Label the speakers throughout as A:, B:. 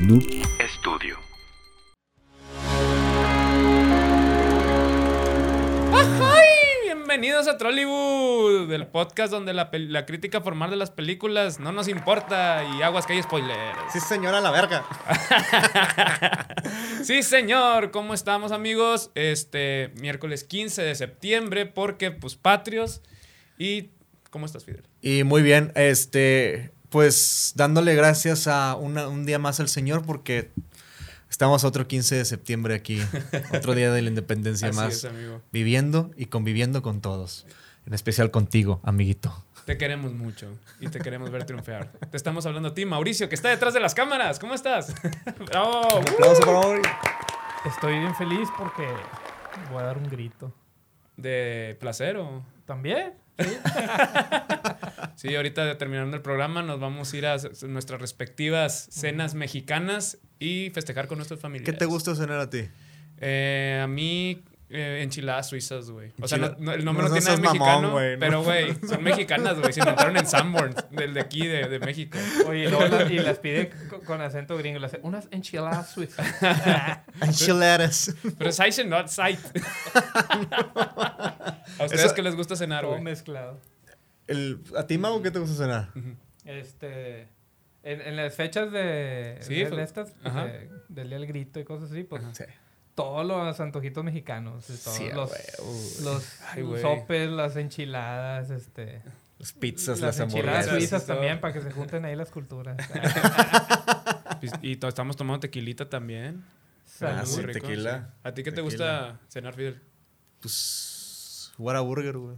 A: Noob
B: Estudio.
C: ¡Ay! Bienvenidos a Trollywood, el podcast donde la, pel- la crítica formal de las películas no nos importa y aguas que hay spoilers.
D: Sí, señora, la verga.
C: Sí, señor, ¿cómo estamos, amigos? Este miércoles 15 de septiembre, porque pues patrios. ¿Y cómo estás, Fidel?
D: Y muy bien, este, pues dándole gracias a una- un día más al Señor porque estamos otro 15 de septiembre aquí, otro día de la independencia
C: Así
D: más,
C: es, eh. amigo.
D: viviendo y conviviendo con todos, en especial contigo, amiguito.
C: Te queremos mucho y te queremos ver triunfar. Te estamos hablando a ti, Mauricio, que está detrás de las cámaras. ¿Cómo estás? ¡Bravo!
D: Aplauso, por favor.
E: Estoy bien feliz porque voy a dar un grito.
C: De placer o...
E: ¿También?
C: Sí, ahorita terminando el programa nos vamos a ir a s- nuestras respectivas cenas mexicanas y festejar con nuestras familias.
D: ¿Qué te gusta cenar a ti?
C: Eh, a mí eh, enchiladas suizas, güey. O sea, no-
D: Enchila-
C: no- el nombre
D: No
C: no, tiene
D: seas
C: nada
D: mamón,
C: mexicano,
D: güey, no.
C: pero güey, son mexicanas, güey. Se inventaron en Sanborns, del de aquí, de, de México.
E: Oye, y luego las- y las pide co- con acento gringo. las- unas enchiladas suizas.
D: Ah, Enchiladas.
C: Pero Saiche, not Sight. ¿A ustedes
D: Eso-
C: qué les gusta cenar,
E: Todo
C: güey?
E: mezclado.
D: El- ¿A ti, Mau, qué te gusta cenar?
E: Este. En, en las fechas de,
C: Sí,
E: de-
C: fue-
E: de estas,
C: ajá.
E: de- del día del grito y cosas así, pues
D: Sí.
E: todos los antojitos mexicanos. y todos
D: Sí, a
E: los
D: huevo, güey.
E: los
C: Ay, güey.
E: sopes, las enchiladas, este.
D: Las pizzas, las,
E: las enchiladas
D: hamburguesas.
E: suizas
C: Todo.
E: también, para que se junten ahí las culturas.
C: Pues, Y to- estamos tomando tequilita también.
D: Ah,
E: Salud.
D: sí,
C: Muy rico,
D: tequila.
C: sí. ¿A ti qué te
D: Tequila.
C: gusta cenar, Fidel?
D: Pues, what a burger, güey.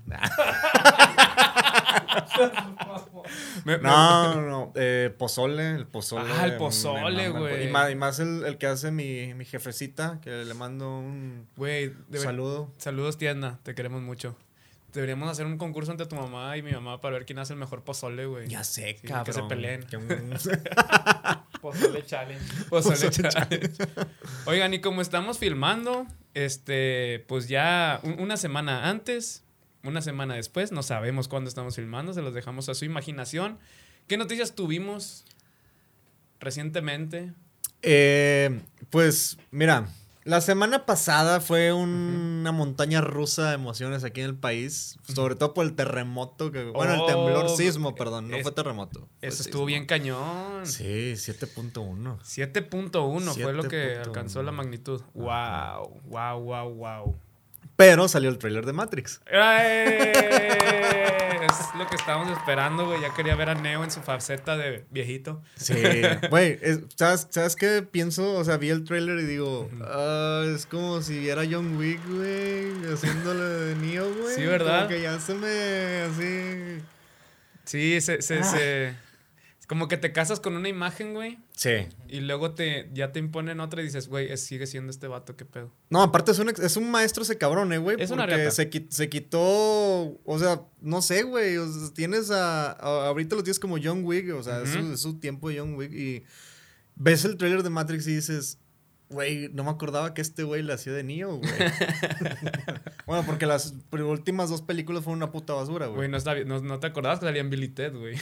C: Me- me-
D: No, no, no. Eh, pozole, el pozole.
C: Ah, el
D: me
C: pozole,
D: mama,
C: güey.
D: Y más, y más el, el que hace mi, mi jefecita, que le mando un
C: Güey, debe-
D: saludo.
C: saludos, tienda. Te queremos mucho. Deberíamos hacer un concurso entre tu mamá y mi mamá para ver quién hace el mejor pozole, güey.
D: sé,
C: Sí, que se peleen.
D: Que un-
E: Pozole challenge.
C: Pozole challenge. Oigan, y como estamos filmando, este, pues ya un- una semana antes, una semana después, no sabemos cuándo estamos filmando, se los dejamos a su imaginación. ¿Qué noticias tuvimos recientemente?
D: Eh, pues, mira, la semana pasada fue un- una montaña rusa de emociones aquí en el país, sobre todo por el terremoto, que, bueno, el temblor
C: Oh,
D: sismo, perdón, no
C: es-
D: fue terremoto. fue
C: Eso
D: sismo.
C: estuvo bien cañón.
D: Pues Sí, 7.1.
C: 7.1 fue lo que
D: 7.1.
C: alcanzó la magnitud. Wow, wow, wow, wow.
D: Pero salió el trailer de Matrix.
C: ¡Ay! Es lo que estábamos esperando, güey. Ya quería ver a Neo en su faceta de viejito.
D: Sí, güey, es- ¿sabes, ¿sabes qué pienso? O sea, vi el tráiler y digo, "Ah, es como si viera a John Wick, güey, haciéndole de Neo, güey.
C: Sí, ¿verdad?
D: Como que ya se me, así...
C: Sí, se, se, se- es Como que te casas con una imagen, güey.
D: Sí.
C: Y luego te, ya te imponen otra y dices, güey, es- sigue siendo este vato, qué pedo.
D: No, aparte es un, ex- es un maestro ese cabrón, eh, güey.
C: Es una
D: porque
C: reata.
D: se, qui- se quitó, o sea, no sé, güey, o sea, tienes a, a- ahorita lo tienes como John Wick, o sea, es, su,
C: Ujú.
D: es su tiempo de John Wick y ves el tráiler de Matrix y dices, güey, no me acordaba que este güey le hacía de Neo, güey. bueno, porque las pr- últimas dos películas fueron una puta basura,
C: Güey,
D: güey.
C: no, está, no, no te acordabas que salía en Billy Ted, güey.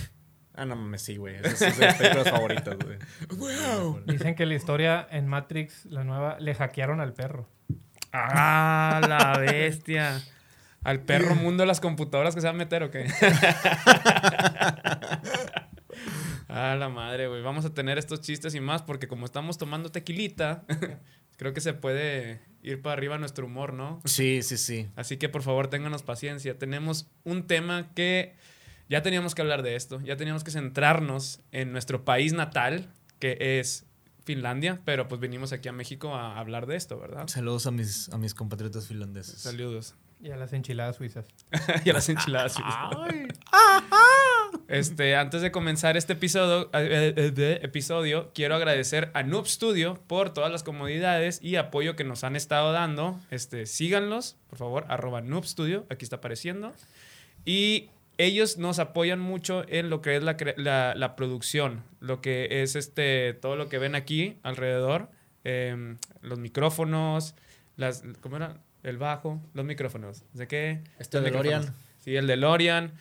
D: Ah, no mames, sí, güey. Esas son mis películas favoritas, güey. Wow.
E: Dicen que la historia en Matrix, la nueva, le hackearon al perro.
C: ¡Ah, la bestia! Al perro mundo de las computadoras que se van a meter, ¿o qué? ah, la madre, güey. Vamos a tener estos chistes y más porque como estamos tomando tequilita, creo que se puede ir para arriba nuestro humor, ¿no?
D: Sí, sí, sí.
C: Así que por favor, ténganos paciencia. Tenemos un tema que ya teníamos que hablar de esto, ya teníamos que centrarnos en nuestro país natal, que es Finlandia, pero pues vinimos aquí a México a hablar de esto, ¿verdad?
D: Saludos a mis, a mis compatriotas finlandeses.
C: Saludos.
E: Y a las enchiladas suizas.
C: y a las enchiladas. sí. Este, antes de comenzar este episodio, eh, eh, eh, de episodio, quiero agradecer a Noob Studio por todas las comodidades y apoyo que nos han estado dando. Este, síganlos, por favor, arroba Noob Studio, aquí está apareciendo. Y ellos nos apoyan mucho en lo que es la, cre- la- la producción, lo que es este, todo lo que ven aquí alrededor, em, los micrófonos, las, ¿cómo era? El bajo, los micrófonos. ¿De qué?
D: Este
C: Los
D: DeLorean.
C: micrófonos. Sí, el DeLorean.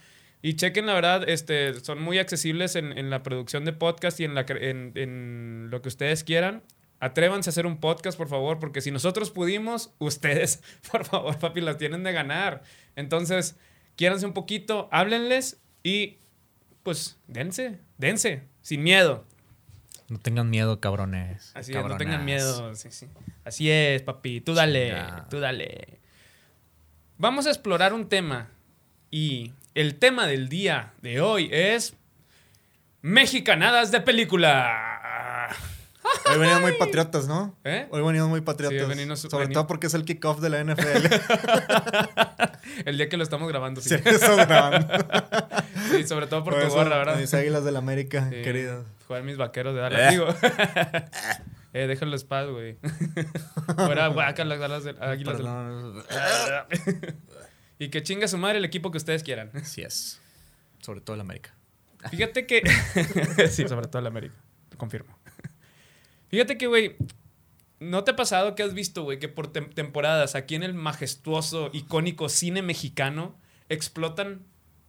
C: Y chequen, la verdad, este, son muy accesibles en, en la producción de podcast y en, la, cre- en, en lo que ustedes quieran. Atrévanse a hacer un podcast, por favor, porque si nosotros pudimos, ustedes, por favor, papi, las tienen de ganar. Entonces, quiéranse un poquito, háblenles y pues dense, dense, sin miedo.
A: No tengan miedo, cabrones.
C: Así es, no
A: cabronas.
C: tengan miedo. sí, sí. Así es, papi. Tú dale,
A: Chingado.
C: tú dale. Vamos a explorar un tema. Y el tema del día de hoy es. Mexicanadas de película.
D: Hoy venimos muy patriotas, ¿no?
C: ¿Eh?
D: Hoy venimos muy patriotas.
C: Sí, venimos-
D: Sobre
C: venimos-
D: todo porque es el kickoff de la NFL.
C: El día que lo estamos grabando, sí.
D: Sí, eso grabando.
C: Sí, sobre todo por tu
D: eso,
C: gorra, ¿verdad?
D: Mis águilas del América,
C: Sí,
D: queridos.
C: Jugar mis vaqueros de Dallas. Digo. eh, déjalo en paz, güey. Fuera guaca las alas de- águilas. del-
D: Perdón.
C: Y que chinga su madre el equipo que ustedes quieran.
A: Así es. Sobre todo el América.
C: Fíjate que. sí, sobre todo el América. Confirmo. Fíjate que, güey. ¿No te ha pasado que has visto, güey, que por tem- temporadas aquí en el majestuoso, icónico cine mexicano explotan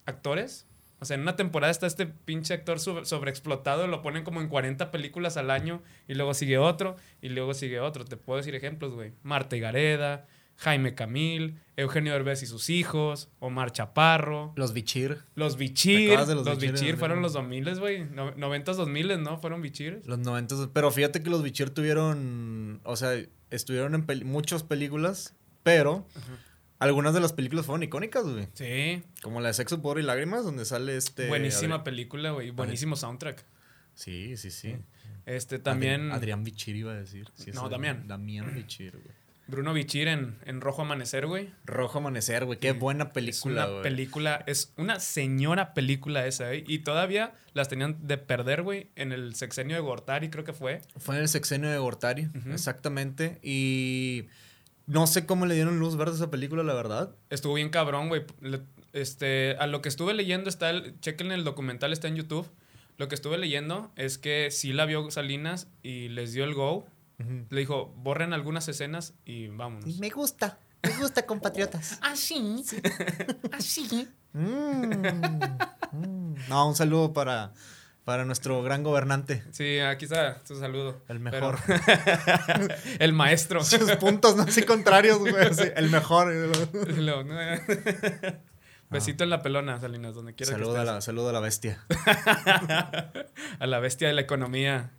C: actores? O sea, en una temporada está este pinche actor sobre- sobreexplotado, lo ponen como en 40 películas al año y luego sigue otro y luego sigue otro. Te puedo decir ejemplos, güey. Marta Gareda, Jaime Camil, Eugenio Derbez y sus hijos, Omar Chaparro.
D: Los bichir.
C: Los Bichir.
D: Acabas de
C: los
D: los
C: Bichir,
D: Bichir, ¿no?
C: fueron los 2000, güey. No- 90s, 2000, ¿no? Fueron Bichir.
D: Los 90. Pero fíjate que los bichir tuvieron. O sea, estuvieron en peli- muchas películas, pero. Algunas de las películas fueron icónicas, güey.
C: Sí.
D: Como la de Sexo, Poder y Lágrimas, donde sale este.
C: Buenísima
D: Adri-
C: película, güey. Buenísimo soundtrack.
D: Sí, sí, sí.
C: Este también.
D: Adri- Adrián Bichir iba a decir. Sí,
C: No,
D: es-
C: Damián.
D: Damián Bichir, güey.
C: Bruno Bichir en, en Rojo Amanecer, güey.
D: Rojo Amanecer, güey. Qué buena
C: Es una
D: película, güey.
C: película. Es una señora película esa, güey. Y todavía las tenían de perder, güey, en el sexenio de Gortari, creo que fue.
D: Fue en el sexenio de Gortari,
C: Ujú.
D: exactamente. Y no sé cómo le dieron luz verde a esa película, la verdad.
C: Estuvo bien cabrón, güey. Le- Este, a lo que estuve leyendo está el, chequen el documental, está en YouTube. Lo que estuve leyendo es que sí la vio Salinas y les dio el go. Le dijo, borren algunas escenas y vámonos.
D: Me gusta, me gusta, compatriotas. Mm,
B: Assim. Assim.
D: No, un saludo para, para nuestro gran gobernante.
C: Sí, aquí está tu saludo.
D: El
C: Pero-
D: mejor.
C: el maestro.
D: Sus puntos, no así contrarios, güey. así, el mejor.
C: Lo- Besito en la pelona, Salinas, donde quiera que
D: Ah. Saluda a,
C: estés.
D: la, saluda a la bestia.
C: a la bestia de la economía.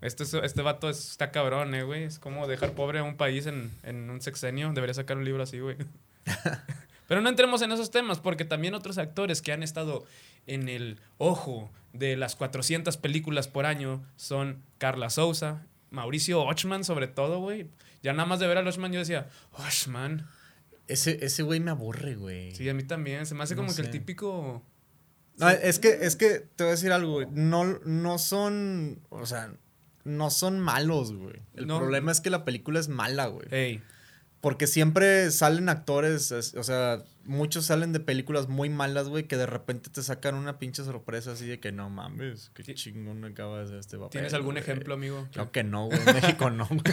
C: Este, es- este vato es- está cabrón, eh, güey. Es como dejar pobre a un país en, en un sexenio. Debería sacar un libro así, güey. Pero no entremos en esos temas, porque también otros actores que han estado en el ojo de las 400 películas por año son Carla Souza, Mauricio Ochman, sobre todo, güey. Ya nada más de ver a Ochman yo decía, Ochman.
D: Ese, ese güey me aburre, güey.
C: Sí, a mí también. Se me hace
D: No
C: como que el
D: sé.
C: típico.
D: No, es que, es que te voy a decir algo, güey. No, no son. O sea, no son malos, güey. El
C: No.
D: problema es que la película es mala, güey.
C: Ey,
D: Porque siempre salen actores, es- o sea, muchos salen de películas muy malas, güey, que de repente te sacan una pinche sorpresa así de que no mames, qué
C: Ti-
D: chingón acaba de hacer este papel.
C: ¿tienes algún
D: güey".
C: ejemplo, amigo?
D: Claro que no, güey. En México no, güey.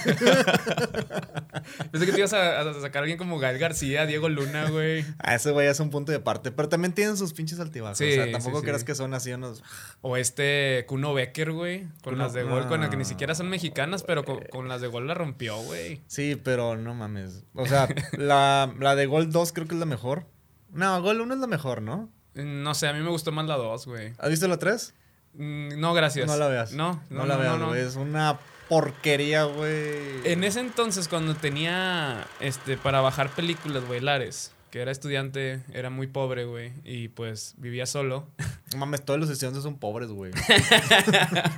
C: Pensé que te ibas a, a sacar a alguien como Gael García, Diego Luna, güey.
D: A ese güey es un punto de parte. Pero también tienen sus pinches altibajos.
C: Sí,
D: o
C: sí,
D: sea, tampoco
C: sí.
D: creas que son así unos.
C: O este Kuno Becker, güey. Con
D: Kuno- Ah.
C: las de gol, con las que ni
D: no,
C: siquiera son mexicanas, pero con, con las de gol la rompió, güey.
D: Sí, pero no mames. O sea, la, la de Gol 2 creo que es la mejor. No, Gol 1 es la mejor, ¿no?
C: No sé, a mí me gustó más la 2, güey.
D: ¿Has visto la 3?
C: Mm, No, gracias.
D: No la veas.
C: No,
D: No, la veas, güey. Es una porquería, güey.
C: En ese entonces, cuando tenía este para bajar películas, güey, Lares, que era estudiante, era muy pobre, güey, y pues vivía solo.
D: No Mames, todos los estudiantes son pobres, güey.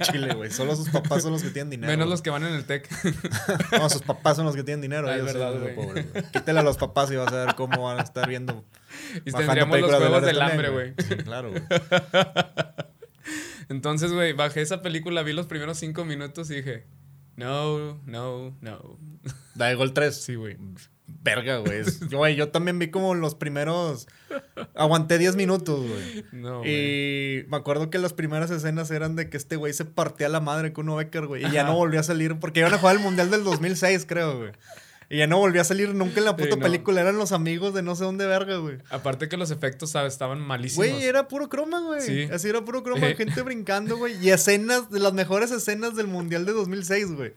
D: Chile, güey. Solo sus papás son los que tienen dinero.
C: Menos los que van en el TEC.
D: que... No, sus papás son los que tienen dinero.
C: Ah, es
D: ellos
C: verdad,
D: son los
C: güey.
D: pobres, güey. Quítale a los papás y vas a ver cómo van a estar viendo.
C: Y
D: bajando
C: tendríamos los
D: películas de
C: juegos
D: Lares
C: del
D: también,
C: hambre, güey.
D: Sí, claro, güey.
C: Entonces, güey, bajé esa película, vi los primeros cinco minutos y dije, no, no, no.
D: Da gol 3.
C: Sí, güey.
D: Verga, güey. Es- Güey, yo también vi como los primeros. Aguanté 10 minutos, güey.
C: No, Oh, güey.
D: y me acuerdo que las primeras escenas eran de que este güey se partía la madre con uno Becker, güey. Y ya
C: Ajá.
D: no volvió a salir porque iban a jugar el Mundial del 2006, creo, güey. Y ya no volvió a salir nunca en la
C: Sí,
D: puta
C: no.
D: película. Eran los amigos de no sé dónde verga, güey.
C: Aparte que los efectos ¿sabes? estaban malísimos.
D: Güey, era puro croma, güey.
C: Sí.
D: Así era puro croma,
C: Eh.
D: gente brincando, güey. Y escenas, de las mejores escenas del Mundial de 2006, güey.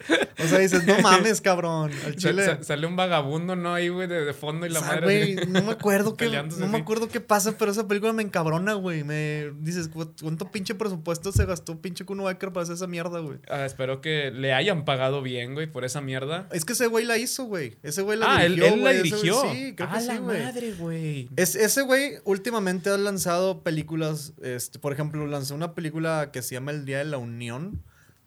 D: O sea, dices, no mames, cabrón. Al
C: Sa-
D: chile.
C: sa- sale un vagabundo, ¿no? Ahí, güey, de, de fondo y la
D: O sea,
C: madre.
D: güey,
C: así.
D: no me acuerdo qué
C: Peleándose
D: no me
C: así.
D: acuerdo qué pasa, pero esa película me encabrona, güey. Me dices, "Cu- ¿cuánto pinche presupuesto se gastó pinche Kuno Becker para hacer esa mierda, güey?
C: Ah, espero que le hayan pagado bien, güey, por esa mierda.
D: Es que ese güey la hizo, güey. Ese güey la
C: Ah, él,
D: dirigió.
C: él la
D: güey. Ese güey-
C: dirigió.
D: Sí, creo
C: ah,
D: que sí,
C: la
D: güey.
C: madre, güey.
D: Es, ese güey últimamente ha lanzado películas, este, por ejemplo, lanzó una película que se llama El Día de la Unión,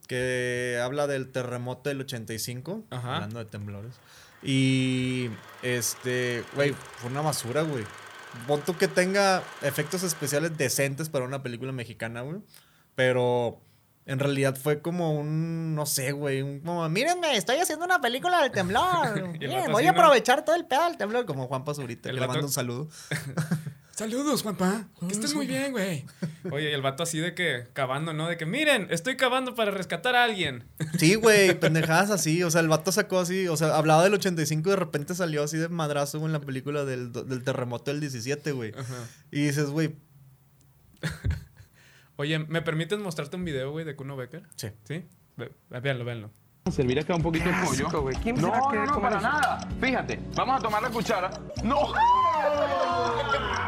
D: que habla del terremoto del 85,
C: Ajá.
D: hablando de temblores. Y, este, güey, fue una basura, güey. Pon tú que tenga efectos especiales decentes para una película mexicana, güey. Pero en realidad fue como un, no sé, güey, un como, mírenme, estoy haciendo una película del temblor.
C: Y el
D: Miren,
C: vato
D: voy
C: así,
D: a
C: ¿no?
D: aprovechar todo el pedo del temblor, como Juan Pazurita,
C: El
D: que le
C: vato-
D: mando un saludo.
C: Saludos, Juanpa. Que estés muy bien, güey. Oye, y el vato así de que cavando, ¿no? De que miren, estoy cavando para rescatar a alguien.
D: Sí, güey, pendejadas así. O sea, el vato sacó así. O sea, hablaba del 85 y de repente salió así de madrazo güey, en la película del, do- del terremoto del 17, güey.
C: Ajá.
D: Y dices, güey,
C: Oye, ¿me permiten mostrarte un video, güey, de Kuno Becker?
D: Sí.
C: ¿Sí? Ve- Véanlo, véanlo.
F: Servir acá un poquito de pollo.
E: ¿Quién
F: no,
E: se va a
F: no,
E: querer
F: no,
E: comer
F: para
E: eso?
F: nada. Fíjate, vamos a tomar la cuchara. ¡No!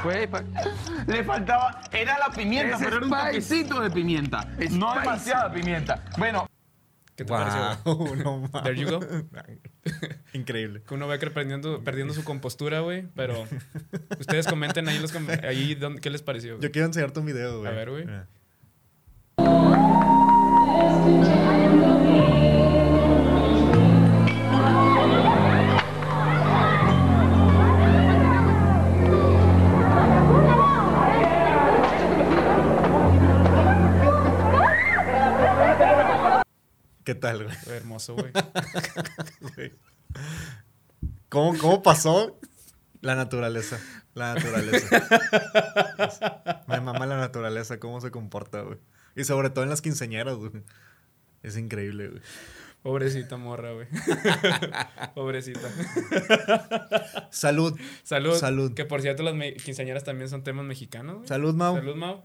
E: Güey, pa-
F: Le faltaba, era la pimienta,
E: Es
F: pero era un
E: spicy.
F: toquecito de pimienta. No
E: Spicy.
F: demasiada pimienta. Bueno,
C: ¿Qué te
D: wow,
C: pareció? güey?
D: no mames.
C: There you go.
D: Increíble.
C: Kuno Becker perdiendo, perdiendo su compostura, güey. Pero ustedes comenten ahí, los com- ahí dónde- qué les pareció. güey.
D: Yo quiero enseñarte un video, güey.
C: A ver, güey.
D: Mira. ¿Qué tal, güey?
C: Hermoso, güey.
D: Güey. ¿Cómo, ¿Cómo pasó? La naturaleza. La naturaleza. Me mama la naturaleza, cómo se comporta, güey. Y sobre todo en las quinceañeras, güey. Es increíble, güey.
C: Pobrecita morra, güey. Pobrecita.
D: Salud.
C: Salud.
D: Salud.
C: Que por cierto, las me- quinceañeras también son temas mexicanos. güey.
D: Salud, Mau.
C: Salud, Mau.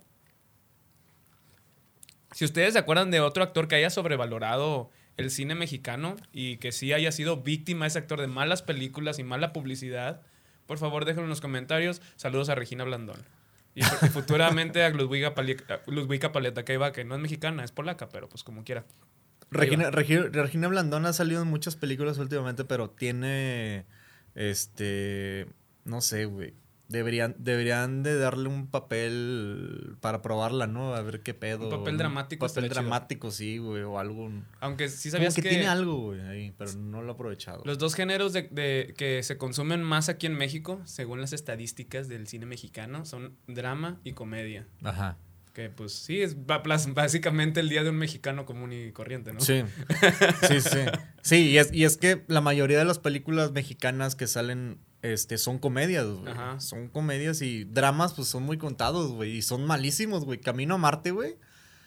C: Si ustedes se acuerdan de otro actor que haya sobrevalorado el cine mexicano y que sí haya sido víctima ese actor de malas películas y mala publicidad, por favor déjenlo en los comentarios. Saludos a Regina Blandón. Y fu- futuramente a Ludwiga, Pali- a Ludwiga Paleta, que iba, que no es mexicana, es polaca, pero pues como quiera.
D: Regina, Regi- Regina Blandón ha salido en muchas películas últimamente, pero tiene. Este. No sé, güey. Deberían, deberían de darle un papel para probarla, ¿no? A ver qué pedo.
C: papel dramático
D: papel
C: estaría chido.
D: dramático, sí, güey. O algo.
C: Aunque sí
D: Como
C: sabías
D: que, tiene algo, güey, ahí, pero no lo ha aprovechado.
C: Los dos géneros de, de- que se consumen más aquí en México, según las estadísticas del cine mexicano, son drama y comedia.
A: Ajá.
C: Que pues sí, es ba- plas- básicamente el día de un mexicano común y corriente, ¿no?
D: Sí, sí, sí. Sí, y es, y es que la mayoría de las películas mexicanas que salen este, son comedias, güey.
C: Ajá.
D: Son comedias y dramas, pues son muy contados, güey. Y son malísimos, güey. Camino a Marte, güey.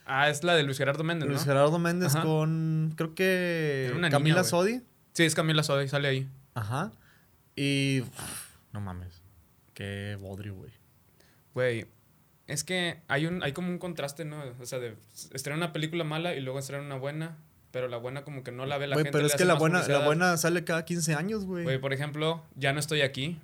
C: Ah, es la de Luis Gerardo Méndez, ¿no?
D: Luis Gerardo Méndez
C: Ajá.
D: con, creo que
C: Era una
D: Camila
C: niña, güey.
D: Sodi.
C: Sí, es Camila Sodi, sale ahí.
D: Ajá. Y uf, no mames. Qué bodrio, güey.
C: Güey, es que hay, un, hay como un contraste, ¿no? O sea, de estrenar una película mala y luego estrenar una buena, pero la buena como que no la ve la
D: Güey,
C: gente.
D: pero
C: le
D: es
C: hace
D: que la
C: más
D: buena, la
C: publicidad.
D: buena sale cada 15 años, güey.
C: Güey, por ejemplo, Ya no estoy aquí.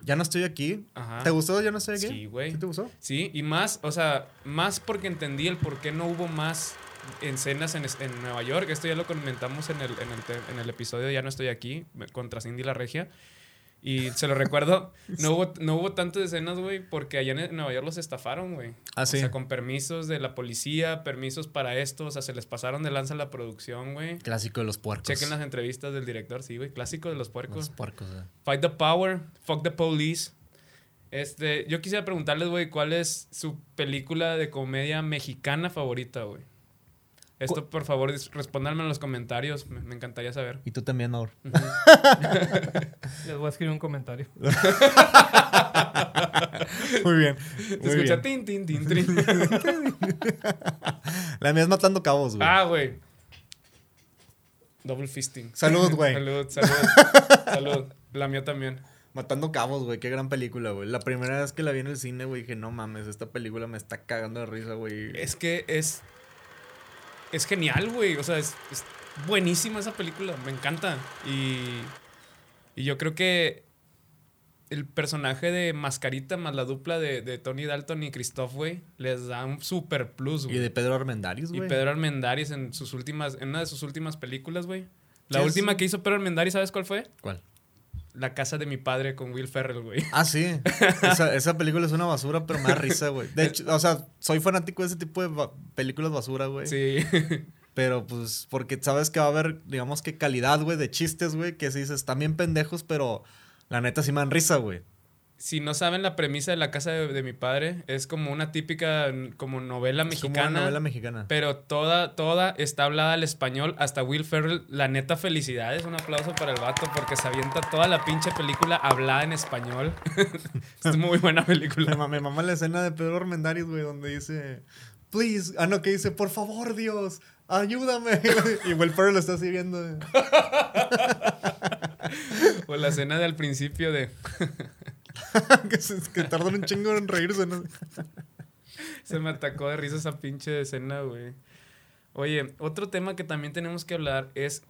D: Ya no estoy aquí.
C: Ajá.
D: ¿Te gustó? Ya no estoy aquí.
C: Sí, güey.
D: ¿Sí te gustó?
C: Sí, y más, o sea, más porque entendí el por qué no hubo más escenas en, es- en Nueva York. Esto ya lo comentamos en el, en, el, te- en el episodio Ya no estoy aquí, me- contra Cindy la Regia. Y se lo recuerdo, no hubo, no hubo tantas escenas, güey, porque allá en en Nueva York los estafaron, güey.
D: Ah, sí.
C: O sea, con permisos de la policía, permisos para esto, o sea, se les pasaron de lanza la producción, güey.
D: Clásico de los puercos.
C: Chequen las entrevistas del director, sí, güey, clásico de los puercos.
D: Pues Los puercos, eh. güey.
C: Fight the Power, Fuck the Police. Este, yo quisiera preguntarles, güey, ¿cuál es su película de comedia mexicana favorita, güey? Esto, por favor, dis- respóndanme en los comentarios. Me, me encantaría saber.
D: Y tú también, Nor.
E: les voy a escribir un comentario.
D: Muy bien.
C: Se
D: muy
C: escucha
D: bien.
C: tin, tin, tin, tin.
D: La mía es matando cabos, güey.
C: ah, güey. Ah, Double fisting.
D: Salud, güey.
C: Salud, salud. salud. La mía también.
D: Matando Cabos, güey, qué gran película, güey. La primera vez que la vi en el cine, güey, dije, no mames, esta película me está cagando de risa, güey.
C: Es que es. Es genial, güey. O sea, es, es buenísima esa película. Me encanta. Y. Y yo creo que. El personaje de Mascarita más la dupla de, de Tony Dalton y Christoph, güey, les da un super plus,
D: Y
C: güey.
D: de Pedro Armendáriz,
C: Y
D: güey.
C: Pedro Armendáriz en sus últimas, en una de sus últimas películas, güey. La
D: Sí, es-
C: última que hizo Pedro Armendáriz, ¿sabes cuál fue?
D: ¿Cuál?
C: La casa de mi padre con Will Ferrell, güey.
D: Ah, sí. Esa, esa película es una basura, pero me da risa, güey. De hecho, o sea, soy fanático de ese tipo de ba- películas basura, güey.
C: Sí.
D: Pero pues, porque sabes que va a haber, digamos que calidad, güey, de chistes, güey, que si dices, están bien pendejos, pero la neta sí me dan risa, güey.
C: Si no saben la premisa de la casa de, de mi padre, es como una típica mm, como novela
D: Es como
C: mexicana.
D: una novela mexicana.
C: Pero toda, toda está hablada al español. Hasta Will Ferrell, la neta, felicidades. Un aplauso para el vato porque se avienta toda la pinche película hablada en español. es muy buena
D: Me,
C: película.
D: ma- me mama la escena de Pedro Armendáriz, güey, donde dice, please, ah, no, que dice, por favor, Dios, ayúdame. y Will Ferrell lo está así viendo. güey.
C: O la escena del principio de...
D: que, se- que tardan un chingo en reírse, ¿no?
C: Se me atacó de risa esa pinche escena, güey. Oye, otro tema que también tenemos que hablar es,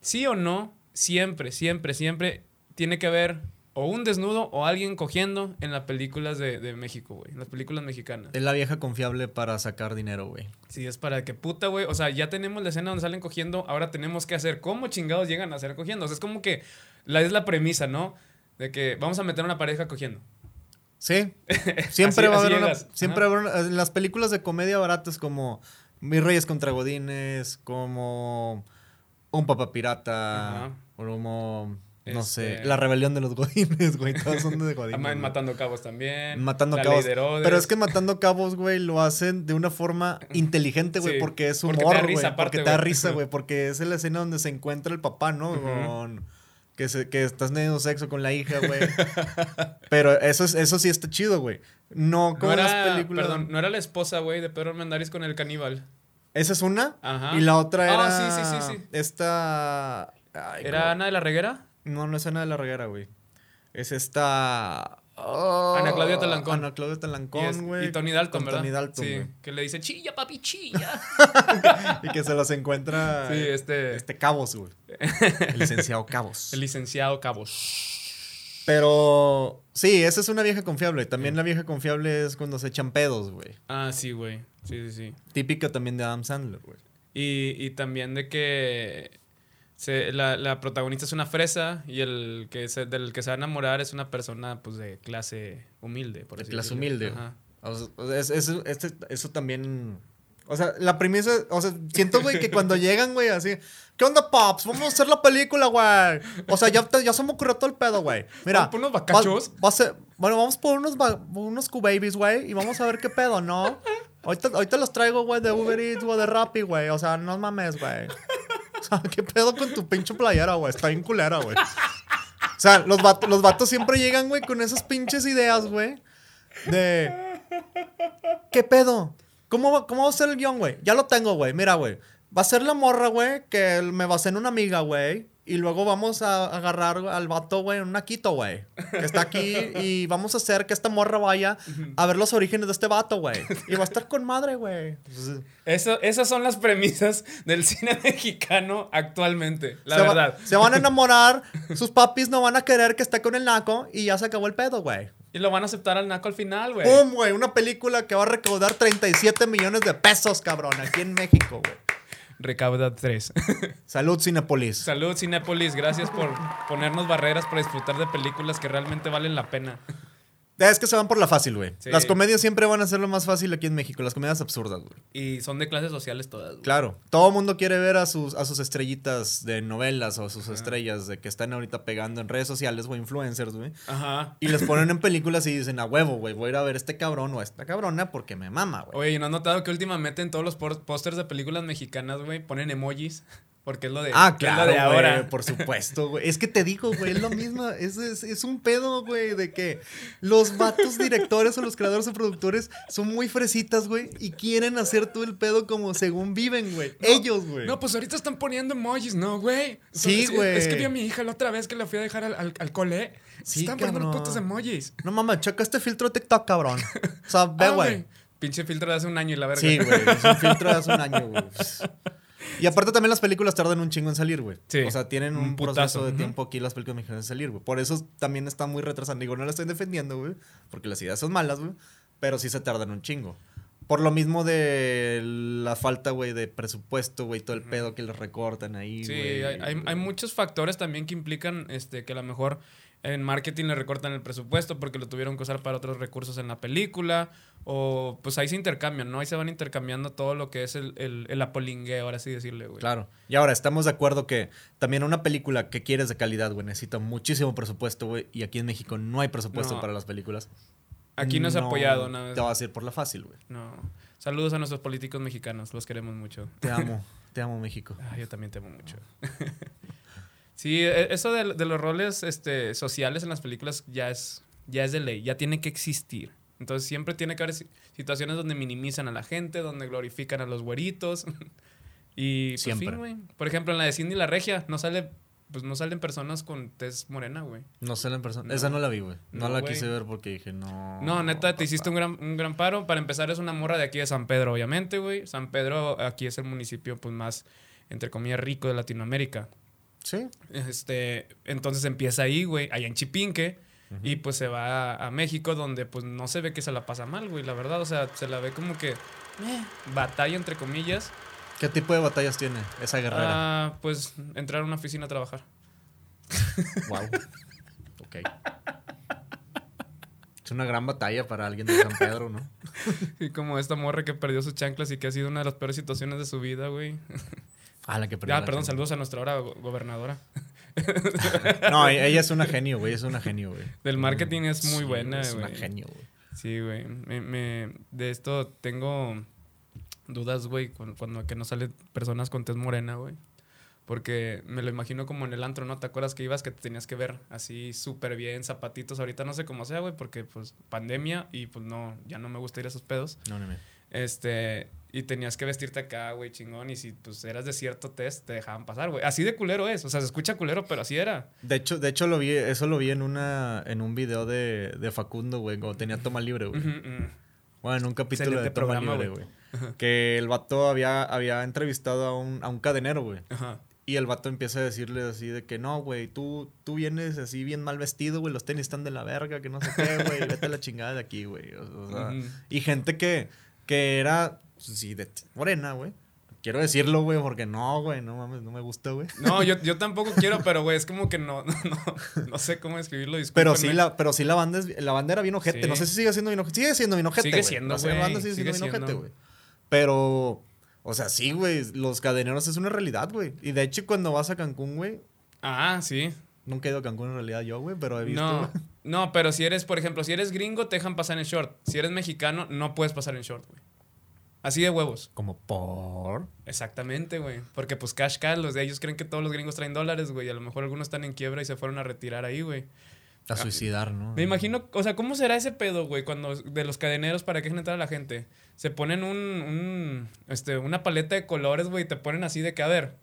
C: sí o no, siempre, siempre, siempre tiene que haber o un desnudo o alguien cogiendo en las películas de, de México, güey, en las películas mexicanas.
D: Es la vieja confiable para sacar dinero, güey.
C: Sí, es para que puta, güey. O sea, ya tenemos la escena donde salen cogiendo, ahora tenemos que hacer cómo chingados llegan a hacer cogiendo. O sea, es como que la, es la premisa, ¿no? De que vamos a meter una pareja cogiendo.
D: Sí.
C: Así-
D: Siempre va a
C: así
D: haber una-
C: llegas.
D: siempre
C: Ajá.
D: va a haber una- en las películas de comedia baratas como Mis Reyes contra Godines, como Un Papá Pirata,
C: Ajá.
D: como no sé,
C: Este-
D: La Rebelión de los Godines, güey, todas son de Godines.
C: Ama- Ah, en
D: güey.
C: Matando Cabos también.
D: Matando
C: La Ley
D: cabos.
C: de Herodes.
D: Pero es que matando cabos, güey, lo hacen de una forma inteligente, güey,
C: Sí,
D: porque es
C: porque
D: humor,
C: te da
D: güey.
C: risa
D: Porque,
C: aparte,
D: te da
C: güey.
D: risa, güey. Porque es la escena donde se encuentra el papá, ¿no?
C: Ujú.
D: Con- que, se- que estás teniendo sexo con la hija, güey. Pero eso, es, eso sí está chido, güey. No
C: No
D: como las
C: era,
D: películas.
C: perdón, no era la esposa, güey, de Pedro Armendáriz con el caníbal.
D: Esa es una.
C: Ajá.
D: Y la otra
C: Ah,
D: era.
C: sí, sí, sí, sí.
D: Esta. ay,
C: ¿Era Ana de la Reguera?
D: No, no es Ana de la Reguera, güey. Es esta. Oh,
C: Ana Claudia Talancón.
D: Ana
C: y,
D: Claudia
C: es-
D: Talancón, güey.
C: y Tony Dalton,
D: con
C: ¿verdad?
D: Tony Dalton,
C: sí,
D: güey.
C: que le dice, chilla, papi, chilla.
D: Y que se los encuentra
C: sí, este,
D: este Cabos, güey. El licenciado Cabos.
C: el licenciado Cabos.
D: Pero sí, esa es una vieja confiable. También la vieja confiable es cuando se echan pedos, güey.
C: Ah, sí, güey. Sí, sí, sí.
D: Típica también de Adam Sandler, güey.
C: Y, y también de que se- la, la protagonista es una fresa y el que se, del que se va a enamorar es una persona pues de clase humilde. Por
D: De
C: así
D: clase
C: decirlo.
D: humilde.
C: Ajá.
D: O sea, o sea, es- es- este- eso también. O sea, la premisa. O sea, siento, güey, que cuando llegan, güey, así. ¿Qué onda, Pops? Vamos a hacer la película, güey. O sea, ya, te- ya se me ocurrió todo el pedo, güey. Mira.
C: Vamos por unos
D: va-
C: bacachos.
D: va a ser- bueno, vamos por unos, ba- unos Q-Babies, güey. Y vamos a ver qué pedo, ¿no? Ahorita, ahorita los traigo, güey, de Uber Eats o de Rappi, güey. O sea, no mames, güey. O sea, ¿qué pedo con tu pinche playera, güey? Está bien culera, güey. O sea, los, vato- los vatos siempre llegan, güey, con esas pinches ideas, güey. De. ¿Qué pedo? ¿Cómo va, cómo va a ser el guión, güey? Ya lo tengo, güey. Mira, güey. Va a ser la morra, güey, que me va a ser una amiga, güey. Y luego vamos a agarrar al vato, güey, en un naquito, güey. Que está aquí. Y vamos a hacer que esta morra vaya a ver los orígenes de este vato, güey. Y va a estar con madre, güey. Pues,
C: Eso, esas son las premisas del cine mexicano actualmente, la
D: se va-
C: verdad.
D: se van a enamorar. Sus papis no van a querer que esté con el naco. Y ya se acabó el pedo, güey.
C: Y lo van a aceptar al naco al final, güey.
D: ¡Pum, güey! Una película que va a recaudar 37 millones de pesos, cabrón. Aquí en México, güey.
C: Recauda 3.
D: Salud, Cinepolis.
C: Salud, Cinépolis. Gracias por ponernos barreras para disfrutar de películas que realmente valen la pena.
D: Es que se van por la fácil, güey.
C: Sí.
D: Las comedias siempre van a ser lo más fácil aquí en México. Las comedias absurdas, güey.
C: Y son de clases sociales todas. güey.
D: Claro. Todo el mundo quiere ver a sus, a sus estrellitas de novelas o a sus estrellas de que están ahorita pegando en redes sociales o influencers, güey.
C: Ajá.
D: Y les ponen en películas y dicen, a huevo, güey, voy a ir a ver a este cabrón o a esta cabrona porque me mama, güey.
C: Oye, ¿y ¿no has notado que últimamente en todos los por- pósters de películas mexicanas, güey, ponen emojis? Porque es lo de,
D: Ah,
C: es lo
D: claro,
C: de
D: ahora.
C: ahora.
D: por supuesto, güey. Es que te digo, güey, es lo mismo. Es, es, es un pedo, güey, de que los vatos directores o los creadores o productores son muy fresitas, güey, y quieren hacer todo el pedo como según viven, güey.
C: No,
D: Ellos, güey.
C: No, pues ahorita están poniendo emojis, ¿no, güey?
D: Sí,
C: Es-
D: güey.
C: Es que vi a mi hija la otra vez que la fui a dejar al, al, al cole.
D: Sí,
C: están poniendo los
D: cabrón.
C: putos emojis.
D: No mames, checa este filtro de TikTok, cabrón. O sea, ve,
C: Ah,
D: güey.
C: Pinche filtro de hace un año y la verga.
D: Sí, güey. Es un filtro de hace un año, güey. Y aparte también las películas tardan un chingo en salir, güey.
C: Sí.
D: O sea, tienen un,
C: Un putazo,
D: proceso de
C: ujú.
D: tiempo aquí las películas mexicanas en salir, güey. Por eso también están muy retrasadas. Digo, no la estoy defendiendo, güey. Porque las ideas son malas, güey. Pero sí se tardan un chingo. Por lo mismo de la falta, güey, de presupuesto, güey. Todo el pedo que les recortan ahí,
C: Sí,
D: güey.
C: hay, hay- hay muchos factores también que implican este, que a lo mejor en marketing le recortan el presupuesto porque lo tuvieron que usar para otros recursos en la película. O pues ahí se intercambian, ¿no? Ahí se van intercambiando todo lo que es el, el, el apolingueo, ahora sí decirle, güey.
D: Claro. Y ahora, estamos de acuerdo que también una película que quieres de calidad, güey, necesita muchísimo presupuesto, güey. Y aquí en México no hay presupuesto
C: No.
D: para las películas.
C: Aquí no se ha apoyado nada.
D: Te vas a ir por la fácil, güey.
C: No. Saludos a nuestros políticos mexicanos, los queremos mucho.
D: Te amo. te amo, México.
C: Ah, yo también te amo mucho. sí, e- eso de, de los roles este, sociales en las películas ya es, ya es de ley, ya tiene que existir. Entonces siempre tiene que haber si- situaciones donde minimizan a la gente, donde glorifican a los güeritos. y pues,
A: Siempre.
C: fin, güey. Por ejemplo, en la de Cindy la Regia no sale pues no salen personas con tez morena, güey.
D: No sé la persona.
C: No.
D: Esa no la vi, güey. No,
C: No,
D: la
C: güey.
D: quise ver porque dije, no.
C: No, neta, te
D: Oh, papá.
C: hiciste un gran, un gran paro. Para empezar, es una morra de aquí de San Pedro, obviamente, güey. San Pedro aquí es el municipio pues más, entre comillas, rico de Latinoamérica.
D: Sí.
C: Este, entonces empieza ahí, güey, allá en Chipinque. Y pues se va a, a México, donde pues no se ve que se la pasa mal, güey, la verdad. O sea, se la ve como que eh, batalla, entre comillas.
D: ¿Qué tipo de batallas tiene esa guerrera?
C: Ah, pues entrar a una oficina a trabajar.
D: Wow. Ok. Es una gran batalla para alguien de San Pedro, ¿no?
C: Y como esta morra que perdió sus chanclas y que ha sido una de las peores situaciones de su vida, güey.
D: Ah, la que perdió
C: Ah,
D: la
C: perdón,
D: chamba.
C: saludos a nuestra ahora go- gobernadora.
D: No, e- ella es una genio, güey. Es una genio, güey. Mm.
C: Del marketing es muy
D: Sí,
C: buena,
D: Es una
C: güey.
D: genio, güey.
C: Sí, güey. Me, me- de esto tengo dudas, güey, cu- cuando que no salen personas con tez morena, güey. Porque me lo imagino como en el antro, ¿no? ¿Te acuerdas que ibas que te tenías que ver así súper bien, zapatitos? Ahorita no sé cómo sea, güey, porque pues pandemia y pues no, ya no me gusta ir a esos pedos.
D: No, no, no.
C: Este, y tenías que vestirte acá, güey, chingón. Y si pues eras de cierto test, te dejaban pasar, güey. Así de culero es. O sea, se escucha culero, pero así era.
D: De hecho, de hecho lo vi, eso lo vi en una, en un video de, de Facundo, güey, cuando tenía toma libre, güey.
C: Ujú, ujú.
D: Bueno, en un capítulo
C: Excelente
D: de toma
C: programa,
D: libre,
C: güey.
D: güey. Que el vato había, había entrevistado a un, a un cadenero, güey.
C: Ajá.
D: Y el vato empieza a decirle así de que no, güey, tú, tú vienes así bien mal vestido, güey, los tenis están de la verga, que no sé qué, güey, vete a la chingada de aquí, güey. O- o sea,
C: Ujú.
D: Y gente que, que era, pues, sí, de t- morena, güey. Quiero decirlo, güey, porque no, güey, no mames, no me gusta, güey.
C: No, yo, yo tampoco quiero, pero güey, es como que no, no, no, no sé cómo escribirlo.
D: Pero sí, la, pero sí la banda es- la banda era bien ojete.
C: Sí.
D: No sé si sigue siendo bien ojete. Sigue siendo bien ojete,
C: Sigue
D: güey.
C: siendo,
D: La
C: güey.
D: banda sigue
C: Sigue
D: siendo bien ojete,
C: siendo.
D: güey. Pero, o sea, sí, güey. Los cadeneros es una realidad, güey. Y de hecho, cuando vas a Cancún, güey.
C: Ah, sí.
D: Nunca he ido a Cancún en realidad yo, güey, pero he visto.
C: No,
D: güey.
C: no, pero si eres, por ejemplo, si eres gringo, te dejan pasar en short. Si eres mexicano, no puedes pasar en short, güey. Así de huevos.
A: Como por.
C: Exactamente, güey. Porque pues cash cash, los de ellos creen que todos los gringos traen dólares, güey. y A lo mejor algunos están en quiebra y se fueron a retirar ahí, güey.
A: A suicidar, ¿no?
C: Ah, Me imagino, o sea, ¿cómo será ese pedo, güey? Cuando de los cadeneros para que dejen entrar a la gente. Se ponen un, un, este, una paleta de colores, güey, y te ponen así de que, a ver,